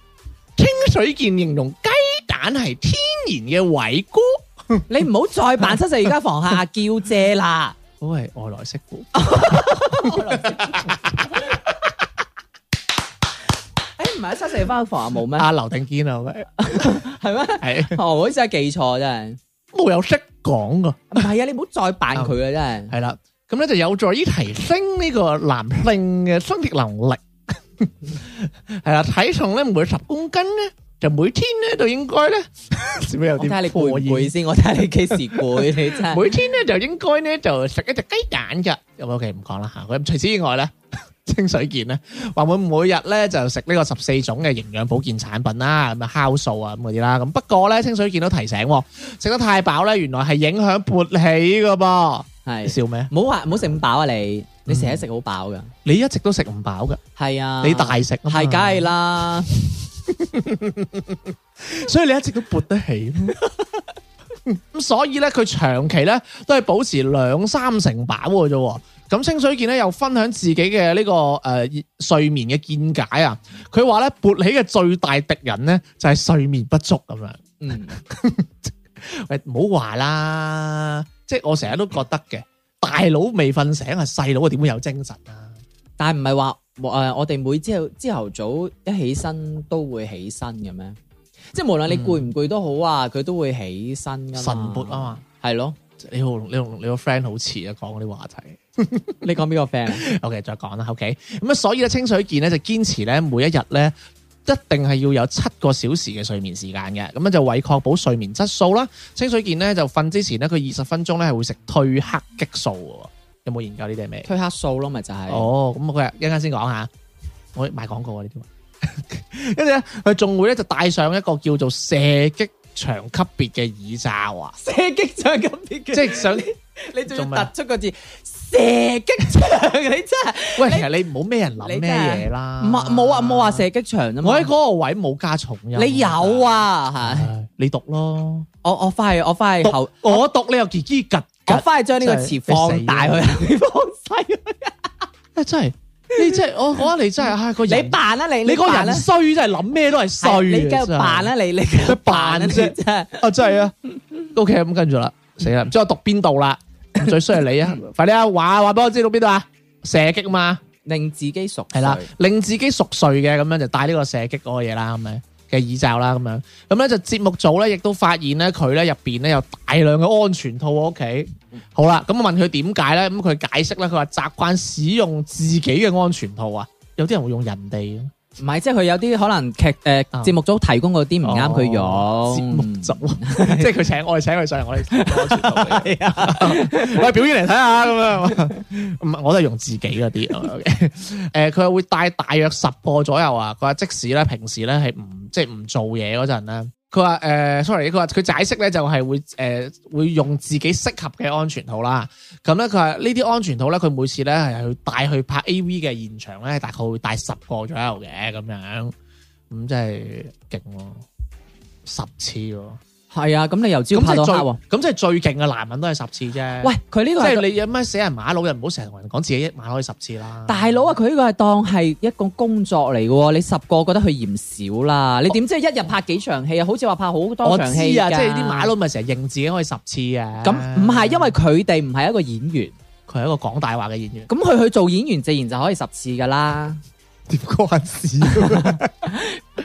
清水健形容雞蛋係天然嘅偉哥，你唔好再扮七十而家房客阿嬌姐啦。我係外來媳婦。哎誒唔係啊七十二間房客冇咩？阿劉定堅啊，喂係咩？係哦，我真係記錯真冇有識講噶，係。唔係啊，你唔好再扮佢啊真係。係啦。咁咧就有助於提升呢個男性嘅生殖能力。 係啦，體重咧每十公斤咧，就每天咧就應 該咧，做咩有我睇下你啲攰唔過攰先，我睇下你幾時攰，你真係。 每天咧就應該咧就食一隻雞蛋㗎。咁 OK 唔講啦嚇。咁除此之外咧，清水健咧，話會每日咧就食呢個十四種嘅營養保健產品啦，咁啊酵素啊咁嗰啲啦。咁不過咧，清水健都提醒喎，食得太飽咧，原來係影響勃起噶噃。你係笑咩？唔好話唔好食咁飽啊你，你成日食好飽噶，你一直都食唔飽噶，係啊，你大食啊嘛係梗係啦，所以你一直都勃得起。咁所以咧，佢長期咧都係保持兩三成飽嘅啫喎。咁清水健咧又分享自己嘅呢、個誒、呃睡眠嘅見解啊。佢話咧勃起嘅最大敵人咧就係、睡眠不足咁樣。嗯，喂，唔好話啦，即係我成日都覺得嘅，大佬未瞓醒啊，細佬啊點會有精神啊？但係唔係話诶我哋每朝朝頭早一起身都會起身嘅咩？即係無論你攰唔攰都好啊，佢都會起身噶晨勃啊嘛，係咯，你好，你同你個 friend 好似啊，講嗰啲話題。你講邊個 friend 啊？ OK，再講啦。OK，咁啊，所以咧，清水健咧就堅持咧，每一日咧一定係要有七個小時嘅睡眠時間嘅。咁咧啊就為確保睡眠質素啦。清水健咧就瞓之前咧，佢二十分鐘咧係會食褪黑激素嘅喎。有冇研究呢啲係咩？推黑素咯，咪就係。哦，咁佢一陣間先講下，我賣廣告啊呢啲。 跟住咧，佢仲會咧就戴上一個叫做射擊場級別嘅耳罩 啊，射擊場咁啲即嘅，係想你仲做咩要突出個字射擊場， 你真係喂，其實你唔好咩人諗你真係咩嘢啦。唔係冇啊冇話射，擊場啫嘛。我喺嗰個位冇加重音。你有？啊嚇？唉你讀咯，我我翻去我翻去讀後，我讀你又叽叽吉我吉，翻去將呢個詞放大 佢，放細佢。啊真係你真係， 我覺得你真係唉個人你，扮啦你，你個扮啦啊人衰真係諗咩都係衰係嘅。你繼續真係扮啦啊你，你繼佢續扮啦你啫真係。啊，真係啊。OK，咁跟住啦，死啦，唔知我讀邊度啦。最衰係你啊，快啲啊，話話俾我知道邊度啊！射擊啊嘛，令自己熟係啦，令自己熟睡嘅咁樣就戴呢個射擊嗰個嘢啦，咁樣嘅耳罩啦，咁樣咁咧就節目組咧亦都發現咧佢咧入邊咧有大量嘅安全套喺屋企。好啦，咁我問佢點解咧？咁佢解釋咧，佢話習慣使用自己嘅安全套啊，有啲人會用人哋。唔係即係佢有啲可能劇誒啊節目組提供嗰啲唔啱佢用。哦節目組， 即係佢請我哋請佢上嚟，我 哋係啊，喂表演嚟睇下咁樣，唔係我都係用自己嗰啲。OK 哦 誒，佢會帶大約十個左右啊。佢話即使咧平時咧係唔即係唔做嘢嗰陣咧。佢話誒，sorry，佢話佢解釋咧就係會誒、呃、會用自己適合嘅安全套啦。咁咧佢話呢啲安全套咧，佢每次咧係去帶去拍 A.V. 嘅現場咧，大概會帶十個左右嘅咁樣，咁真係勁喎，十次喎。係啊，咁你由朝咁拍即到係黑最喎。咁即係最勁嘅男人都係十次啫。喂，，佢呢即個係係你有咩死人馬佬，又唔好成日同人講自己一晚可以十次啦。大佬啊，佢呢個係當係一個工作嚟嘅喎，你十個覺得佢嫌少啦，你點知係一日拍幾場戲啊？好似話拍好我多知啊，場即戲㗎係啲馬佬咪成日認自己可以十次啊。咁唔係因為佢哋唔係一個演員，佢係一個講大話嘅演員，咁佢去做演員自然就可以十次噶啦。 點關事？啊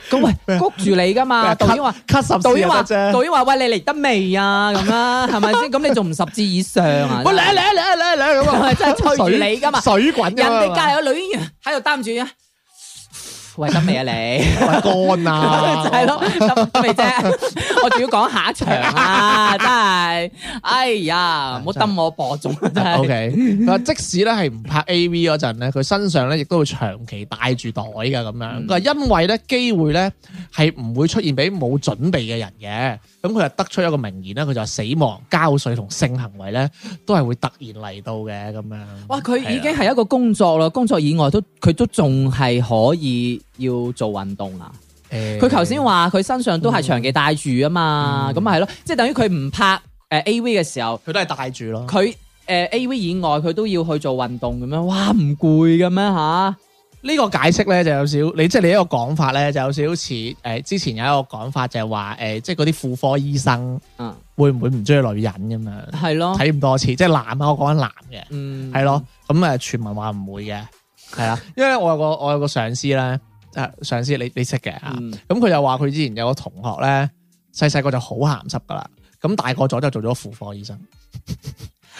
咁喂，谷住你噶嘛？導演話。 cut 十導次演又話：得啫。導演話，喂，你嚟得未啊？咁啦，係咪先？咁你仲唔十次以上啊？ 喂嚟啊嚟啊嚟啊嚟啊嚟啊咁係啊！咪 真係催住你㗎嘛？水滾㗎人嘛哋隔離有女演員喺度擔住啊！喂，得 未啊你？喂干啊， 就係咯，得 得未啫？我仲要講下一場啊！真係，哎呀，唔好抌我播種啊！真 O 係。 K，佢話即使咧係唔拍 A V 嗰陣咧，佢身上咧亦都會長期帶住袋嘅咁嗯樣。佢話因為咧機會咧係唔會出現俾冇準備嘅人嘅。咁佢就得出一個名言啦，佢就話死亡、交税同性行為咧都係會突然嚟到嘅咁樣。哇！佢已經係啊係一個工作啦，工作以外都佢都仲係可以要做運動啊！誒佢頭先話佢身上都係長期戴住啊嘛，嗯咁咪係咯，即係等於佢唔拍誒 A V 嘅時候，佢都係帶住咯。佢誒 A V 以外佢都要去做運動咁樣，哇唔攰嘅咩吓？呢個解釋咧就有少，你即係你一個講法咧就有少少似誒、之前有一個講法就係話誒，即係嗰啲婦科醫生嗯，會唔會唔中意女人咁樣係咯，睇咁多次，即係男啊，我講緊男嘅。哦嗯係咯，咁誒傳聞話唔會嘅，係 啦，因為咧我有個我有個上司咧，啊上司你你識嘅啊，嗯咁佢又話佢之前有個同學咧，細細個就好鹹濕噶啦，咁大個咗就做咗婦科醫生，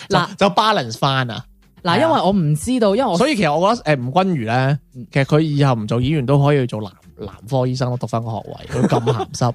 嗱就就 balance 翻啊，嗱，因為我唔知道，因為我所以其實我覺得誒吳君如咧嗯，其實佢以後唔做演員都可以做男男科醫生咯，讀翻個學位，佢咁鹹濕，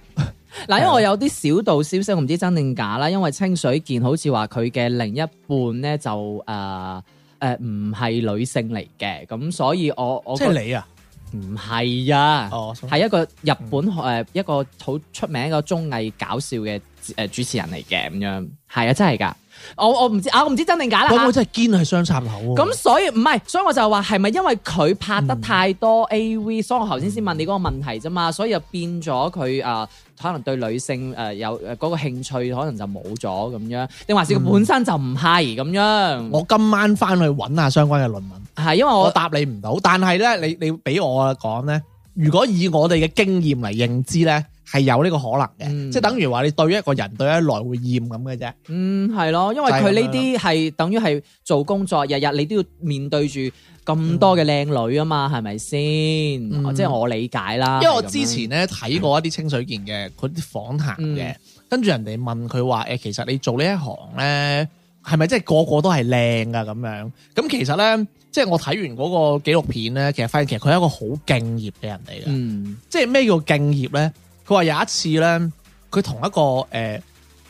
嗱，因啊為我有啲小道消息，我唔知真定假啦。因為清水健好似話佢嘅另一半咧就誒、呃诶唔係女性嚟嘅，咁所以我 我即覺係得你啊？唔係啊，哦，係一個日本诶一個好出名一個綜藝搞笑嘅诶主持人嚟嘅咁樣，係啊真係㗎，我我唔知啊我唔知真定假啦咁啊我真係堅係雙插口啊喎。咁所以唔係，所以我就話係咪因為佢拍得太多 A.V.，、所以我頭先先問你嗰個問題啫嘛，所以就變咗佢啊，可能對女性誒、呃有誒嗰、個興趣可能就冇咗咁樣，定還是佢本身就唔係咁樣？我今晚翻去揾下相關嘅論文，係因為我我答你唔到，但係咧，你你俾我講咧，如果以我哋嘅經驗嚟認知咧，係有呢個可能嘅，嗯即係等於話你對一個人對一耐會厭咁嘅啫。嗯係咯，因為佢呢啲係等於係做工作，日日你都要面對住咁多嘅靚女啊嘛，係咪先？嗯即係我理解啦。因為我啊係咁樣嗯之前咧睇過一啲清水健嘅佢啲訪談嘅，跟住人哋問佢話誒，其實你做呢一行咧，係咪即係個個都係靚噶咁樣？咁其實咧，即係我睇完嗰個紀錄片咧，其實發現其實佢係一個好敬業嘅人嚟嘅。嗯即係咩叫敬業咧？佢話有一次咧，佢同一個誒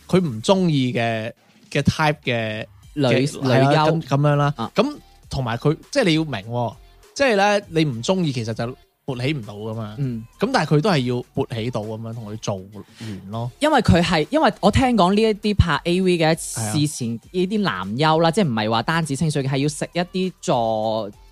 佢唔中意嘅嘅 type 嘅女女嘅係啊優咁咁樣啦啊。咁同埋佢即係你要明喎，即係咧你唔中意其實就勃起唔到噶嘛。嗯。咁但係佢都係要勃起到咁樣同佢做完咯。因為佢係，因為我聽講呢一啲拍 A.V. 嘅啊事前呢啲男優啦，即係唔係話單止清水嘅，係要食一啲助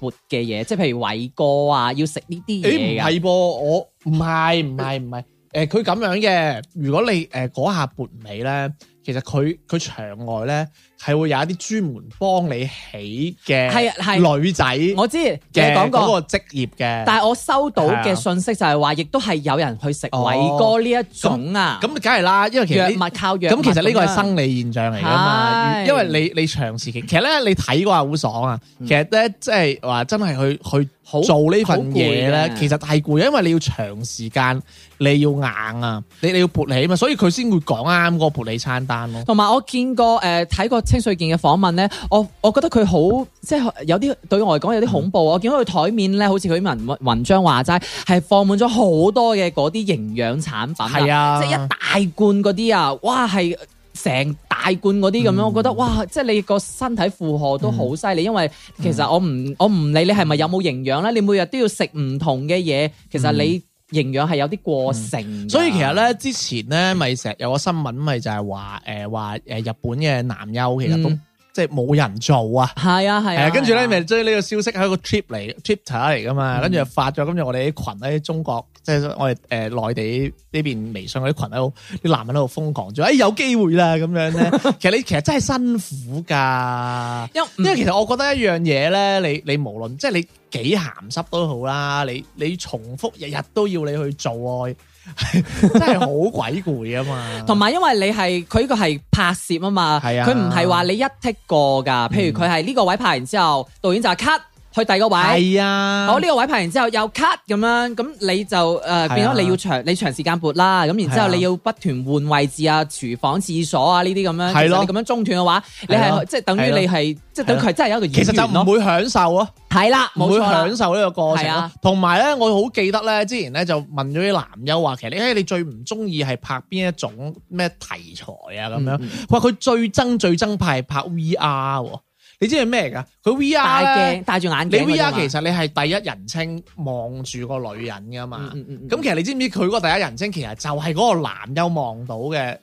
勃嘅嘢，即係譬如偉哥啊，要食呢啲誒唔嘢㗎。係噃，我唔係唔係唔係誒，佢咁樣嘅。如果你誒嗰下撥尾咧，其實佢佢場外咧係會有一啲專門幫你起嘅係係女仔我知你嘅講嗰過，個職業嘅。但係我收到係嘅啊哦信息就係話，亦都係有人去食偉哥呢一種啊，咁梗係啦，因為其藥實呢物靠藥物咁其實呢個係咁樣生理現象嚟噶嘛，係因為你你長時期其實咧你睇嗰下好爽啊，嗯其實咧即係話真係去去好做呢份嘢好攰咧，嘅其實係攰，因為你要長時間你要硬啊，你你要勃起嘛，所以佢先會講啱嗰個勃起餐單咯。同埋我見過誒睇、過清水健嘅訪問咧，我我覺得佢好即係有啲對我嚟講有啲恐怖。嗯我見到佢台面咧，好似佢文文章話齋，係放滿咗好多嘅嗰啲營養產品係啊即係一大罐嗰啲啊，哇係成大罐嗰啲嗯咁樣，我覺得哇，即係你個身體負荷都好犀利，因為嗯其實我唔我唔理你係咪有冇營養咧，你每日都要食唔同嘅嘢，其實你營養係有啲過剩㗎、嗯所以其實咧，之前咧咪成日有個新聞，咪就係話誒話誒日本嘅男優其實都嗯即係冇人做啊。係啊係係啊，啊，跟住係咧啊咪將呢個消息喺個 trip 嚟 Twitter 嚟噶嗯嘛，跟住就發咗，跟住我哋啲群喺中國，即係我哋誒內地呢邊微信嗰啲群喺度，啲男人喺度瘋狂咗，誒有機會啦咁樣咧。 其實你其實真係辛苦㗎，因嗯因為其實我覺得一樣嘢咧，你你無論即係你幾鹹濕都好啦，你你重複日日都要你去做愛， 真係好鬼攰啊嘛。同埋因為你係佢呢個係拍攝啊嘛，係啊嗯佢唔係話你一剔過㗎。譬如佢係呢個位拍完之後，導演就 cut 去第二個位。係啊，我呢個位拍完之後又 cut 咁樣，咁你就誒、呃、係啊變咗你要長你長時間撥啦，咁然之係後啊你要不斷換位置啊、廚房、廁所啊呢啲咁樣，係其咯實你咁樣中斷嘅話，你係咯係即係等於係咯你係即係等於佢係真係有一個其演實就員唔咯，會享受啊。係啦，唔冇會錯啦享，受呢個過程係咯啊。同埋咧，我好記得咧，之前咧就問咗啲男優話，其實你哎誒你最唔中意係拍邊一種咩題材啊咁樣嗯。佢話佢最憎最憎拍係拍 VR 喎，你知係咩㗎？佢戴 VR 咧鏡，戴住眼啊你鏡嗰種啊， VR 其實你係第一人稱望住個女人㗎嘛。嗯嗯嗯咁其實你知唔知佢嗰個第一人稱其實就係嗰個男優望到嘅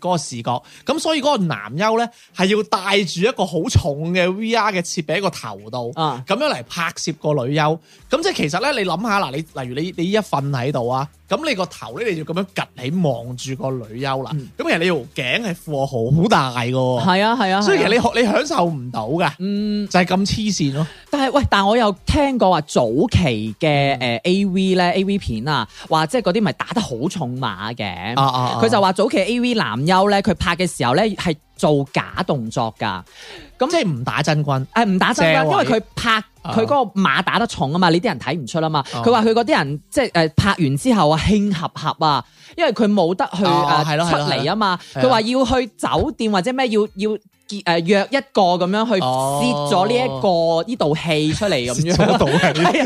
嗰個視覺，咁所以嗰個男優咧係要帶住一個好重嘅 VR 嘅設備喺個頭度。啊咁樣嚟拍攝個女優，咁即係其實咧，你諗下嗱，你例如你你依家瞓喺度啊，咁你個頭咧你就咁樣趌起望住個女優啦，咁、嗯其實你條頸係負荷好大嘅喎，係啊係啊，所以其實係啊你學你享受唔到噶，嗯。就係咁黐線咯，但係喂，但我又聽過話早期嘅嗯誒 A V 咧 A V 片啊，話即係嗰啲咪打得好重馬嘅。啊啊啊佢就話早期 A V 男優咧，佢拍嘅時候咧係做假動作㗎，即係唔打真軍，誒唔打真借㗎，位啊因為佢拍佢嗰個馬打得重啊嘛，呢啲人睇唔出啊嘛。哦佢話佢嗰啲人即係誒拍完之後啊，輕合合啊，因為佢冇得去哦誒係咯係出咯嚟啊嘛。係咯佢話要去酒店或者咩要要結誒約一個咁樣去哦 攝咗呢一個呢道戲出嚟咁樣。到啊 係啊，即係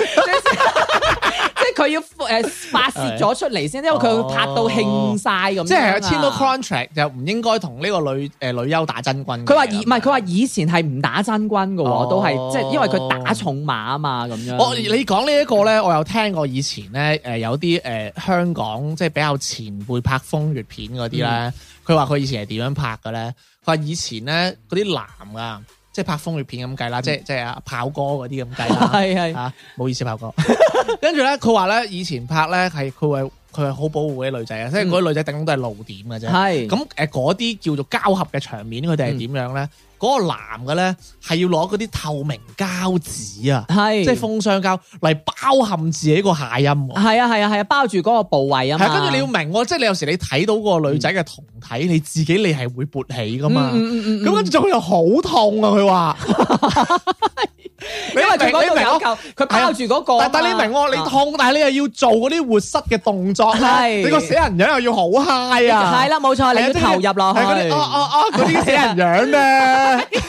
即係佢要诶發泄咗出嚟先，因為佢會拍到興晒咁樣啊。啊即係簽咗 contract 就唔應該同呢個女呃诶女優打真軍嘅。佢話以唔係佢話以前係唔打真軍嘅哦喎，都係即係因為佢打重馬啊嘛咁樣。我你講呢一個咧，我有聽過以前咧，誒、有啲誒、香港即係比較前輩拍風月片嗰啲嗯咧，佢話佢以前係點樣拍嘅咧？佢話以前咧嗰啲男啊，即係拍風月片咁計啦，即嗯係即係啊炮哥嗰啲咁計 啦，係係啊冇意思炮哥。 跟住咧，佢話咧以前拍咧係佢會佢係好保護啲女仔嘅，即係嗰啲女仔頂多都係露點嘅啫。係咁誒嗰啲叫做交合嘅場面，佢哋係點樣咧？嗰、個男嘅咧係要攞嗰啲透明膠紙啊，係即係封箱膠嚟包含自己個下陰喎。係啊係啊係啊，包住嗰個部位啊係啊，嘛。跟住你要明喎，即係你有時你睇到個女仔嘅胴體，你自己你係會勃起噶嘛。嗯嗯嗯嗯咁跟住佢又好痛啊！ 佢話，因因為佢嗰度有我，嚿，佢包住嗰個啊嘛。但但你明我，你啊痛，但係你又要做嗰啲活塞嘅動作咧，係你個死人樣又要好 high 啊！係啦，冇錯，係啊，你要即係投入落去。係嗰啲哦哦 哦，嗰啲死人樣咧，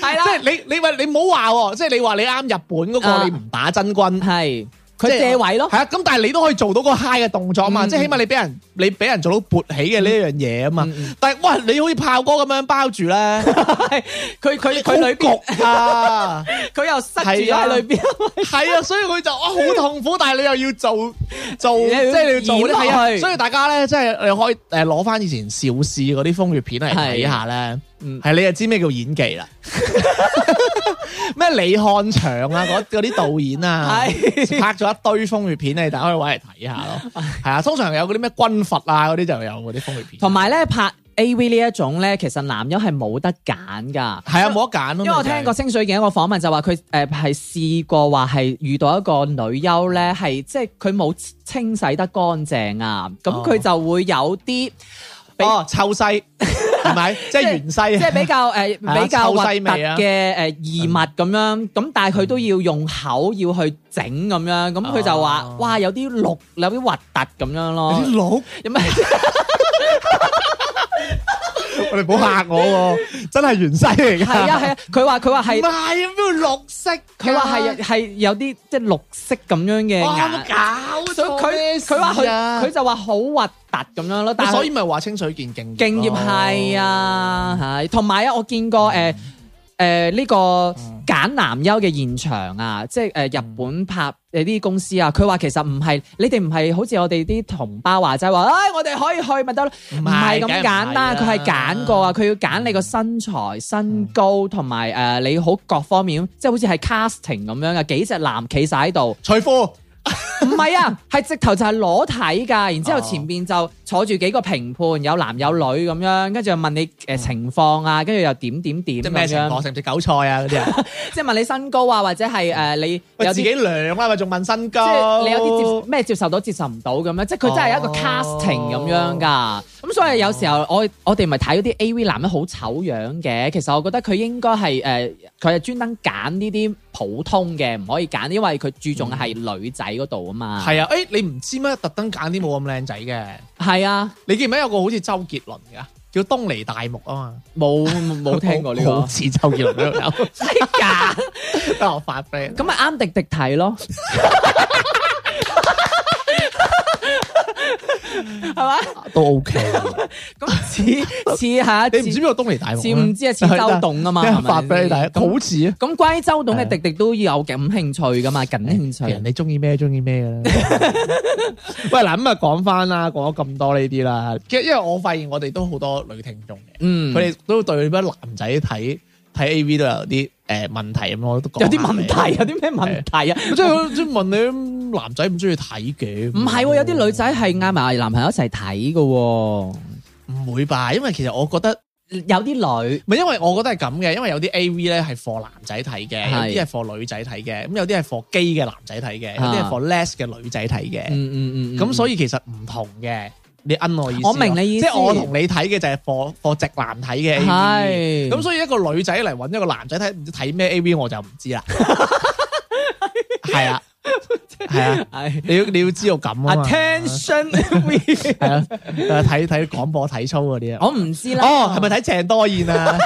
係即啦，係你你話你唔好話喎，即係你話你啱日本嗰啊個你唔打真軍。係即佢係借位咯 系。啊，咁但係你都可以做到嗰個 high 嘅動作嘛，嗯即係起碼你俾人你俾人做到勃起嘅呢樣嘢啊嘛。嗯但係哇，你好似炮哥咁樣包住咧，佢 佢佢裏邊，好焗啊，佢又塞住咗喺裏邊。係啊，所以佢就哇好痛苦，但係你又要 做做，你即又要係你要做演落係啊。去所以大家咧，即係你可以诶攞翻以前邵氏嗰啲風月片嚟睇下咧，嗯係你就知咩叫演技 啦。咩李漢祥啊， 嗰嗰啲導演啊，係拍咗一堆風月片，你大家可以揾嚟睇下 咯。係啊，通常有嗰啲咩軍閥啊嗰啲就有嗰啲風月片。同埋咧拍 A.V. 呢一種咧，其實男優係冇得揀㗎。係啊，冇得揀咯。因為我聽過清水鏡一個訪問就話佢誒係試過話係遇到一個女優咧，係即係佢冇清洗得乾淨啊，咁哦佢就會有 啲。咪就係哦，臭西係咪？即係元西 即啊係比較誒、呃啊比較核臭西突味啊嘅誒異物咁樣，咁但係佢都要用口要去整咁樣，咁佢就話：哦哇，有啲綠，有啲核突咁樣咯。啲佬。哦有咩？ 我哋唔好嚇我喎，真係芫茜嚟㗎。係啊係啊，佢話佢話 唔係係，啊，邊度綠色㗎？佢話係啊係有啲即係綠色咁樣嘅哇，有冇眼。搞所以錯佢咩佢話事啊佢佢就話好核突咁樣咯，但係所以咪哦話清水健敬敬業咯係。啊，係同埋啊，我見過嗯誒誒呢個揀男優嘅現場啊，即係誒、嗯呃日本拍誒呢啲公司啊，佢話其實唔係你哋唔係好似我哋啲同胞話齋話，唉、我哋可以去咪得咯，唔係啊唔係咁簡單，梗佢係唔係係啦揀過啊，佢要揀你個身材、身高同埋誒你好各方面，即係好似係 casting 咁樣啊，幾隻男企晒喺度。除褲唔係啊，係直頭就係裸體㗎，然之後哦前邊就坐住幾個評判，有男有女咁樣，跟住又問你誒情況啊，跟住又點點點嗯即係咩咁情況？樣，食唔食韭菜啊？嗰啲 啊，即係問你身高啊，或者係誒你喂有自啲己量啦，咪仲問身即高？係你有啲接咩接受到接受唔到咁樣，即係佢真係一個哦 casting 咁樣㗎。咁所以有時候我我哋咪睇嗰啲 A.V. 男人好醜樣嘅，其實我覺得佢應該係誒佢係專登揀呢啲普通嘅，唔可以揀，因為佢注重係女仔嗰度啊嘛。嗯係啊，誒你唔知咩？特登揀啲冇咁靚仔嘅。係啊。你記唔記得有個好似周杰倫㗎，叫東尼大木啊嘛？冇冇聽過呢好好個，似周杰倫嗰度有，真 㗎？得我發俾你。咁咪啱迪迪睇咯，係嘛？都 OK。咁似似下你唔知邊個東尼大木啊？似唔知啊？似周董啊嘛，即係係咪發俾你睇，咁好似啊。咁關於周董嘅迪迪都有感興趣噶嘛，感興哎人趣。你中意咩中意咩啦。 喂，嗱咁啊，講翻啦，講咗咁多呢啲啦，因因為我發現我哋都好多女聽眾嘅，嗯，佢哋都對乜男仔睇睇 A V 都有啲誒問題咁，我都講有啲下問你題，有，啲咩問題啊？ 即係即係問你嗯男仔唔中意睇嘅，唔係喎，有啲女仔係嗌埋男朋友一齊睇噶喎，唔會吧？因為其實我覺得。有啲女唔係，因為我覺得係咁嘅，因為有啲 A.V. 咧係 for 男仔睇嘅，係有啲係 for 女仔睇嘅，咁有啲係 for 基嘅男仔睇嘅，有啲係啊 for les 嘅女仔睇嘅。嗯，嗯嗯嗯，咁所以其實唔同嘅，你恩我意思咯。我明你意思即係我同你睇嘅就係貨貨直男睇嘅 A V。係咁所以一個女仔嚟揾一個男仔睇，唔知睇咩 A V 我就唔知 啦。係啊，係啊，係你要你要知道咁啊嘛。 attention we 係啊，睇睇廣播體操嗰啲啊。我唔知啦。哦，係咪睇鄭多 燕啊？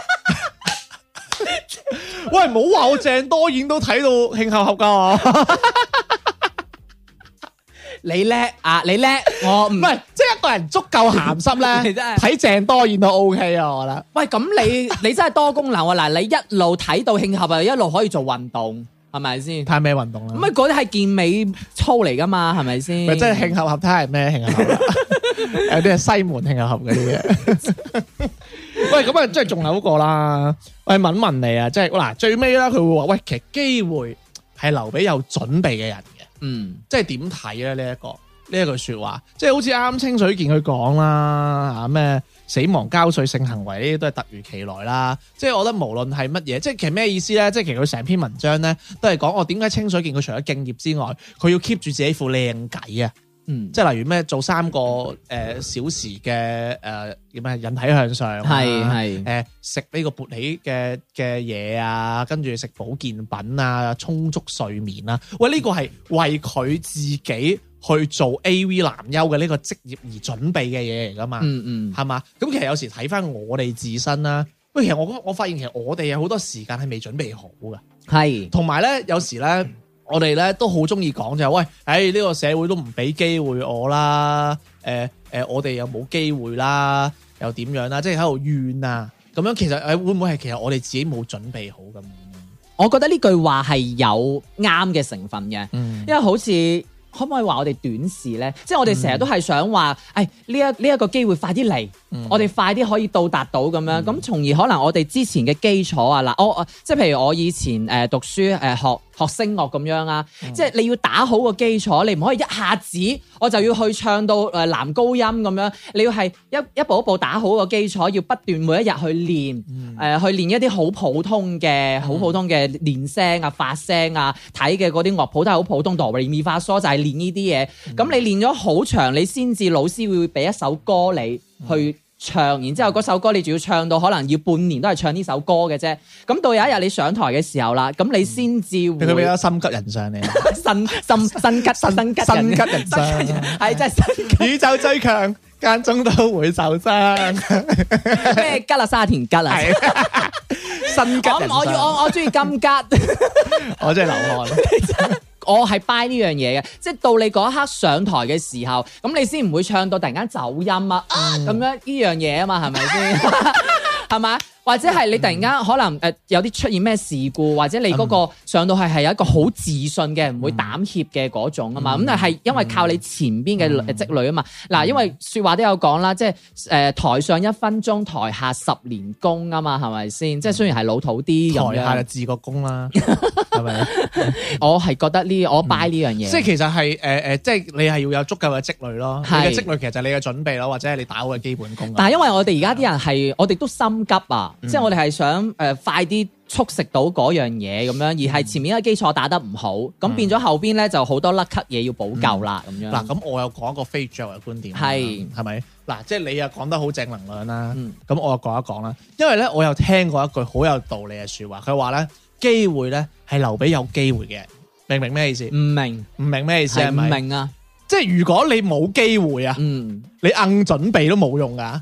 喂，唔好話我鄭多燕都睇到慶合合㗎。你叻啊，你叻，我 唔唔係，即係一個人足夠鹹濕 你咧，真係睇鄭多燕都 OK 啊，我覺得。喂，咁你你真係多功能喎！嗱，你一路睇到慶合啊，一路可以做運動，係咪先？睇下咩運動啦。咁啊，嗰啲係健美操嚟噶嘛，係咪先？咪真係慶合合睇下係咩 慶合合啦，有啲係西門慶合合嗰啲嘅。喂，咁啊，即係仲有一個啦。喂，問問你啊，即係嗱，最尾啦，佢會話喂，其實機會係留俾有準備嘅人嘅，嗯即係點睇咧呢一個呢一句説話？即係好似啱清水健佢講啦，啊咩死亡交税性行為呢啲都係突如其來啦。即係我覺得無論係乜嘢，即係其實咩意思咧？即係其實佢成篇文章咧都係講我哦點解清水健佢除咗敬業之外，佢要 keep 住自己副靚計啊！嗯，即係例如咩做三個誒、呃小時嘅誒叫咩引體向上、啊，係係誒食呢個勃起嘅嘅嘢啊，跟住食保健品啊，充足睡眠啊。喂，呢、個係為佢自己去做 A.V. 男優嘅呢個職業而準備嘅嘢嚟噶嘛？嗯嗯，係嘛？咁其實有時睇翻我哋自身啦、喂，其實我我發現其實我哋有好多時間係未準備好㗎。係同埋咧，有時咧，我哋咧都好中意講就係、喂，誒、呢、個社會都唔俾機會我啦，誒、誒、我哋又冇機會啦，又點樣啦，即係喺度怨啊，咁樣其實誒會唔會係其實我哋自己冇準備好咁？我覺得呢句話係有啱嘅成分嘅，嗯因為好似。可唔可以話我哋短視咧？即係我哋成日都係想話，誒呢一呢一個機會快啲嚟，我哋快啲可以到達到咁樣，咁從而可能我哋之前嘅基礎啊，嗱，我我即係譬如我以前誒讀書誒學學聲樂咁樣啊，即係你要打好個基礎，你唔可以一下子我就要去唱到誒男高音咁樣，你要係一一步一步打好個基礎，要不斷每一日去練誒、呃去練一啲好普通嘅好普通嘅練聲啊、發聲啊、睇嘅嗰啲樂譜都係好普通，哆嚟咪發梳就係練呢啲嘢。咁你練咗好長，你先至老師會俾一首歌你去唱，然之後嗰首歌你仲要唱到可能要半年都係唱呢首歌嘅啫。咁到有一日你上台嘅時候啦，咁你先至會佢俾咗啊心急人上 你，新新新吉新吉新吉人上，係真係 新吉宇宙最強間中都會受 傷，咩吉啦沙田吉啊！新吉人我我要上，我我中意金吉，我真係流 汗。我係 buy 呢樣嘢嘅，即係到你嗰一刻上台嘅時候，咁你先唔會唱到突然間走音啊啊嗯咁樣呢樣嘢啊嘛，係咪先？ 係咪？或者係你突然間可能誒有啲出現咩事故，或者你嗰嗯個上到去係有一個好自信嘅，唔會膽怯嘅嗰種啊嘛。嗯咁但係因為靠你前邊嘅累積累啊嘛。嗱，因為説話都有講啦，即係誒台上一分鐘，台下十年功啊嘛，係咪先？即係雖然係老土啲咁台下樣就，自個功 啦，係咪？我係覺得呢，我 buy 嗯呢樣嘢。即係其實係誒誒，即係你係要有足夠嘅積累咯。你係嘅積累其實就係你嘅準備咯，或者係你打好嘅基本功。啊但係因為我哋而家啲人嗯係，我哋都心急啊，即係我哋係想誒、呃快啲速食到嗰樣嘢咁嗯樣，而係前面嘅基礎打得唔好，咁、變咗後邊咧就好多甩咳嘢要補救啦咁、樣。嗯嗱，咁我又講一個非主流嘅觀點啦，係係咪？嗱，即係你又講得好正能量啦嗯，咁我又講一講啦。因為咧，我又聽過一句好有道理嘅説話，佢話咧機會咧係留俾有機會嘅人，明唔明咩意思？唔明唔明咩意思係係唔咪？明啊？即係如果你冇機會啊，嗯，你硬準備都冇用㗎，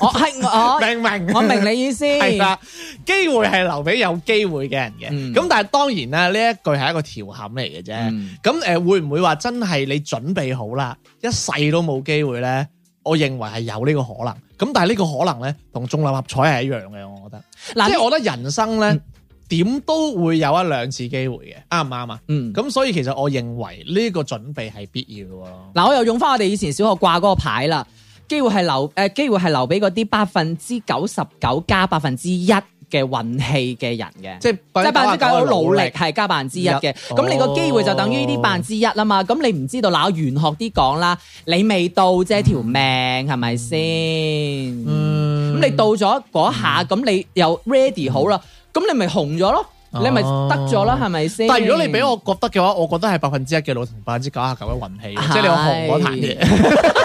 我係 我明唔明？我明你意思，係啦，機會係留俾有機會嘅人嘅。嗯咁、但係當然啦，呢一句係一個調侃嚟嘅啫。嗯咁誒、呃，會唔會話真係你準備好啦，一世都冇機會咧？我認為係有呢個可能。咁但係呢個可能咧，同中六合彩係一樣嘅，我覺得。嗱嗯即係我覺得人生咧，點、都會有一兩次機會嘅，啱唔啱啊？嗯。咁所以其實我認為呢個準備係必要嘅咯。嗱，我又用翻我哋以前小學掛嗰個牌啦，機會係留誒、呃、機會係留俾嗰啲百分之九十九加百分之一嘅運氣嘅人嘅。即係即係百分之九好努力，係加百分之一一嘅。咁你個機會就等於呢啲百分之一啦嘛。咁你唔知道，嗱，我玄學啲講啦，你未到啫，條命係咪先？嗯咁你到咗嗰下，咁你又 ready 好啦，咁你咪紅咗咯，哦你咪得咗啦，係咪先？但係如果你俾我覺得嘅話，我覺得係百分之一嘅努力同百分之九十九嘅運氣，係即係你話紅嗰壇嘢。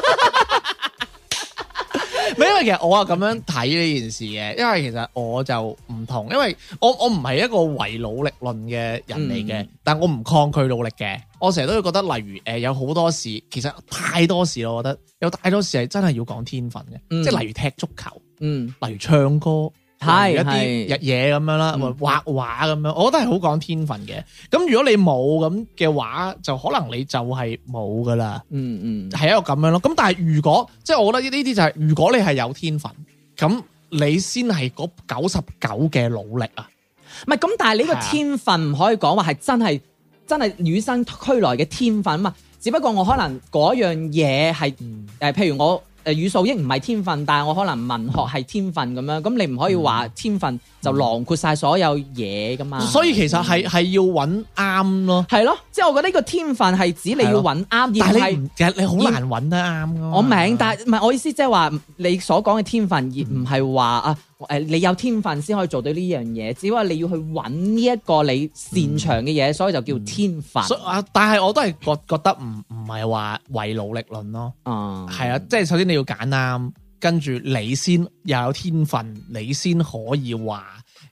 唔係因為其實我係咁樣睇呢件事嘅，因為其實我就唔同，因為我我唔係一個唯努力論嘅人嚟嘅，嗯但我唔抗拒努力嘅。我成日都會覺得，例如誒、呃有好多事，其實太多事咯，我覺得有太多事係真係要講天分嘅，嗯即係例如踢足球，嗯例如唱歌，係例如一啲係日嘢咁樣啦，嗯或畫畫咁樣，我覺得係好講天分嘅。咁如果你冇咁嘅話，就可能你就係冇噶啦，嗯嗯，係一個咁樣咯。咁但係如果即係我覺得呢啲就係、如果你係有天分，咁你先係嗰九十九嘅努力啊。唔係咁，但係你個係啊天分唔可以講話係真係真係與生俱來嘅天分嘛。只不過我可能嗰樣嘢係嗯誒，譬如我誒語數英唔係天分，但係我可能文學係天分咁樣。咁你唔可以話天分就囊括晒所有嘢噶嘛。嗯所以其實係係要揾啱咯，係咯，即係我覺得呢個天分係指你係要咯揾啱，而但唔係係你。唔其實你好難揾得啱噶嘛。我明，但係唔係我意思，即係話你所講嘅天分，而唔係話啊誒，你有天分先可以做到呢樣嘢，只不過你要去揾呢一個你擅長嘅嘢，所以就叫天分。嗯所以啊，但係我都係覺覺得唔唔係話為努力論咯，啊係啊，即係首先你要揀啱，跟住你先又有天分，你先可以話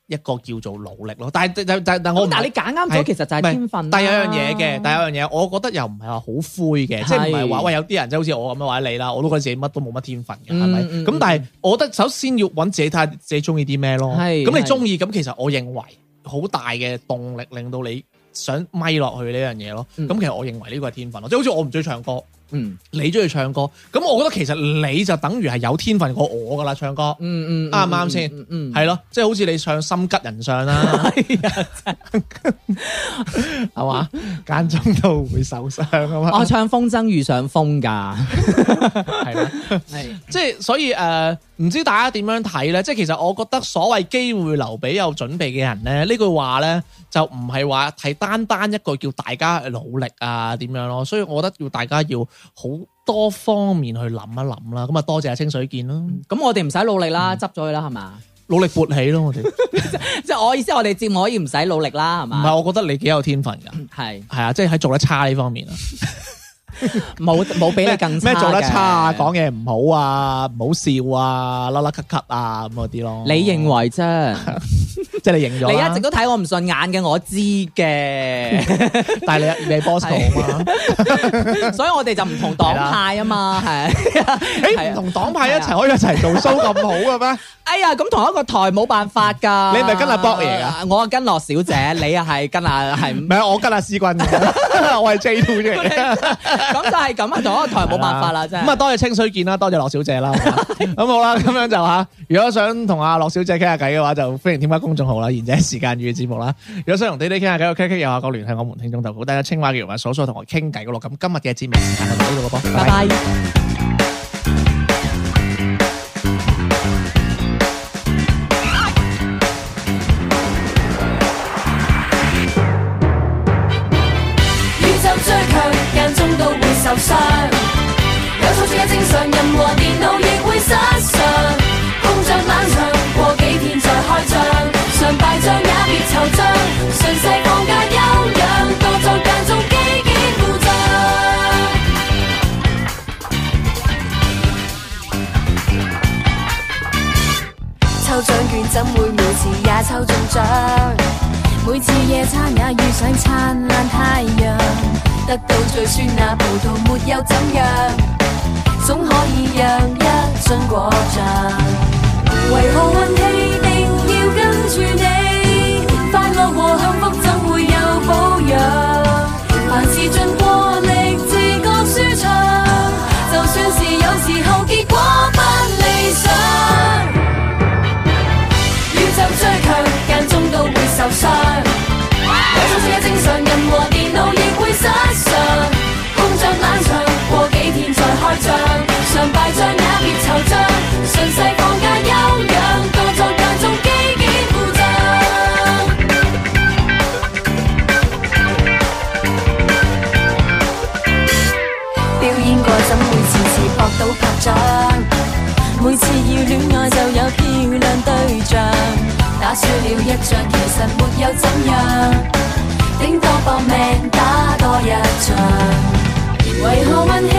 一個叫做努力咯。但係但但但我咁唔但係係你揀啱咗，係其實就係唔係天分啦。但有樣嘢嘅，但有樣嘢，我覺得又唔係話好灰嘅，即係唔係話係喂有啲人即係好似我咁樣或者你啦，我都覺得自己乜都冇乜天分嘅，係咪？嗯嗯咁但係我覺得首先要揾自己睇下自己中意啲咩咯。係咁你係中意咁，其實我認為好大嘅動力令到你想咪落去呢樣嘢咯。嗯咁其實我認為呢個係天分咯，即係好似我唔中意唱歌，嗯你中意唱歌，咁我覺得其實你就等於係有天分過我噶啦，唱歌。嗯嗯，啱唔啱先嗯嗯，係咯，即係好似你唱《心急人上》 啦，係嘛，間中都會受傷啊嘛，我唱風箏遇上風㗎，係啦，係即係所以誒，呃唔、知大家點樣睇咧？即係其實我覺得所謂機會留俾有準備嘅人咧，呢句話咧就唔係話係單單一個叫大家努力啊點樣咯，所以我覺得要大家要好多方面去諗一諗啦。咁啊，多謝阿清水健啦， 咁我哋唔使努力嗯啦，執咗佢啦，係嘛？努力勃起咯，我哋唔即係我意思，我哋節目可以唔使努力啦，係嘛？係，我覺得你幾有天分㗎。係係啊，即係喺做得差呢方面啊，冇冇比你更差咩做得差啊，嘅講嘢唔好啊，唔好笑啊，甩甩咳咳啊咁嗰啲咯。你認為啫？ 即係你認咗你啦一直都睇我唔順眼嘅，我知 嘅，但係你你係 boss 啊嘛，所以我哋就唔同黨派啊嘛，係。 啊誒唔同黨派一齊可以一齊做 show 咁好嘅咩？哎呀，咁同一個台冇辦法㗎。你咪跟阿博爺啊？我啊跟樂小姐，你啊係跟阿 唔係，係我跟阿思君嘅， 我係 J two 啫。咁就係咁啊，同一個台冇辦法啦，真咁啊，係。多謝清水健啦，多謝樂小姐 啦。好嘛咁好啦，咁樣就吓。如果想同阿樂小姐傾下偈嘅話，就歡迎添加公眾號啦，賢者時間語嘅節目啦。如果想同弟弟傾下偈，就 K K 右下角聯繫我們聽眾投稿，大家青蛙嘅話，所所同我傾偈嘅咯。咁今日嘅節目時間就到呢度咯噃，拜拜。拜拜。宇宙追強，間中都會受傷。有錯先嘅正常，任何電腦亦會失常。工作冷場，過幾天再開張。上敗仗也別惆悵，順勢放假休養，多作間中機警故障。抽獎券怎會每次也抽中獎？每次夜餐也遇上燦爛太陽，得到最酸那葡萄沒有怎樣，總可以讓一樽果醬。為何運氣定要跟住你？快樂和幸福怎會有保養？凡事盡過力，自覺舒暢，就算是有時候結果不理想。宇宙最強，間中都會受傷。有錯先係正常，人和電腦亦會失常。工作冷場，過幾天再開張。常敗仗也別惆悵，順勢放假休養，當作間中機警故障。表演過怎會次次搏到拍掌？每次要戀愛就有漂亮對象，打輸了一仗其實沒有怎樣，頂多搏命打多一仗。為何運氣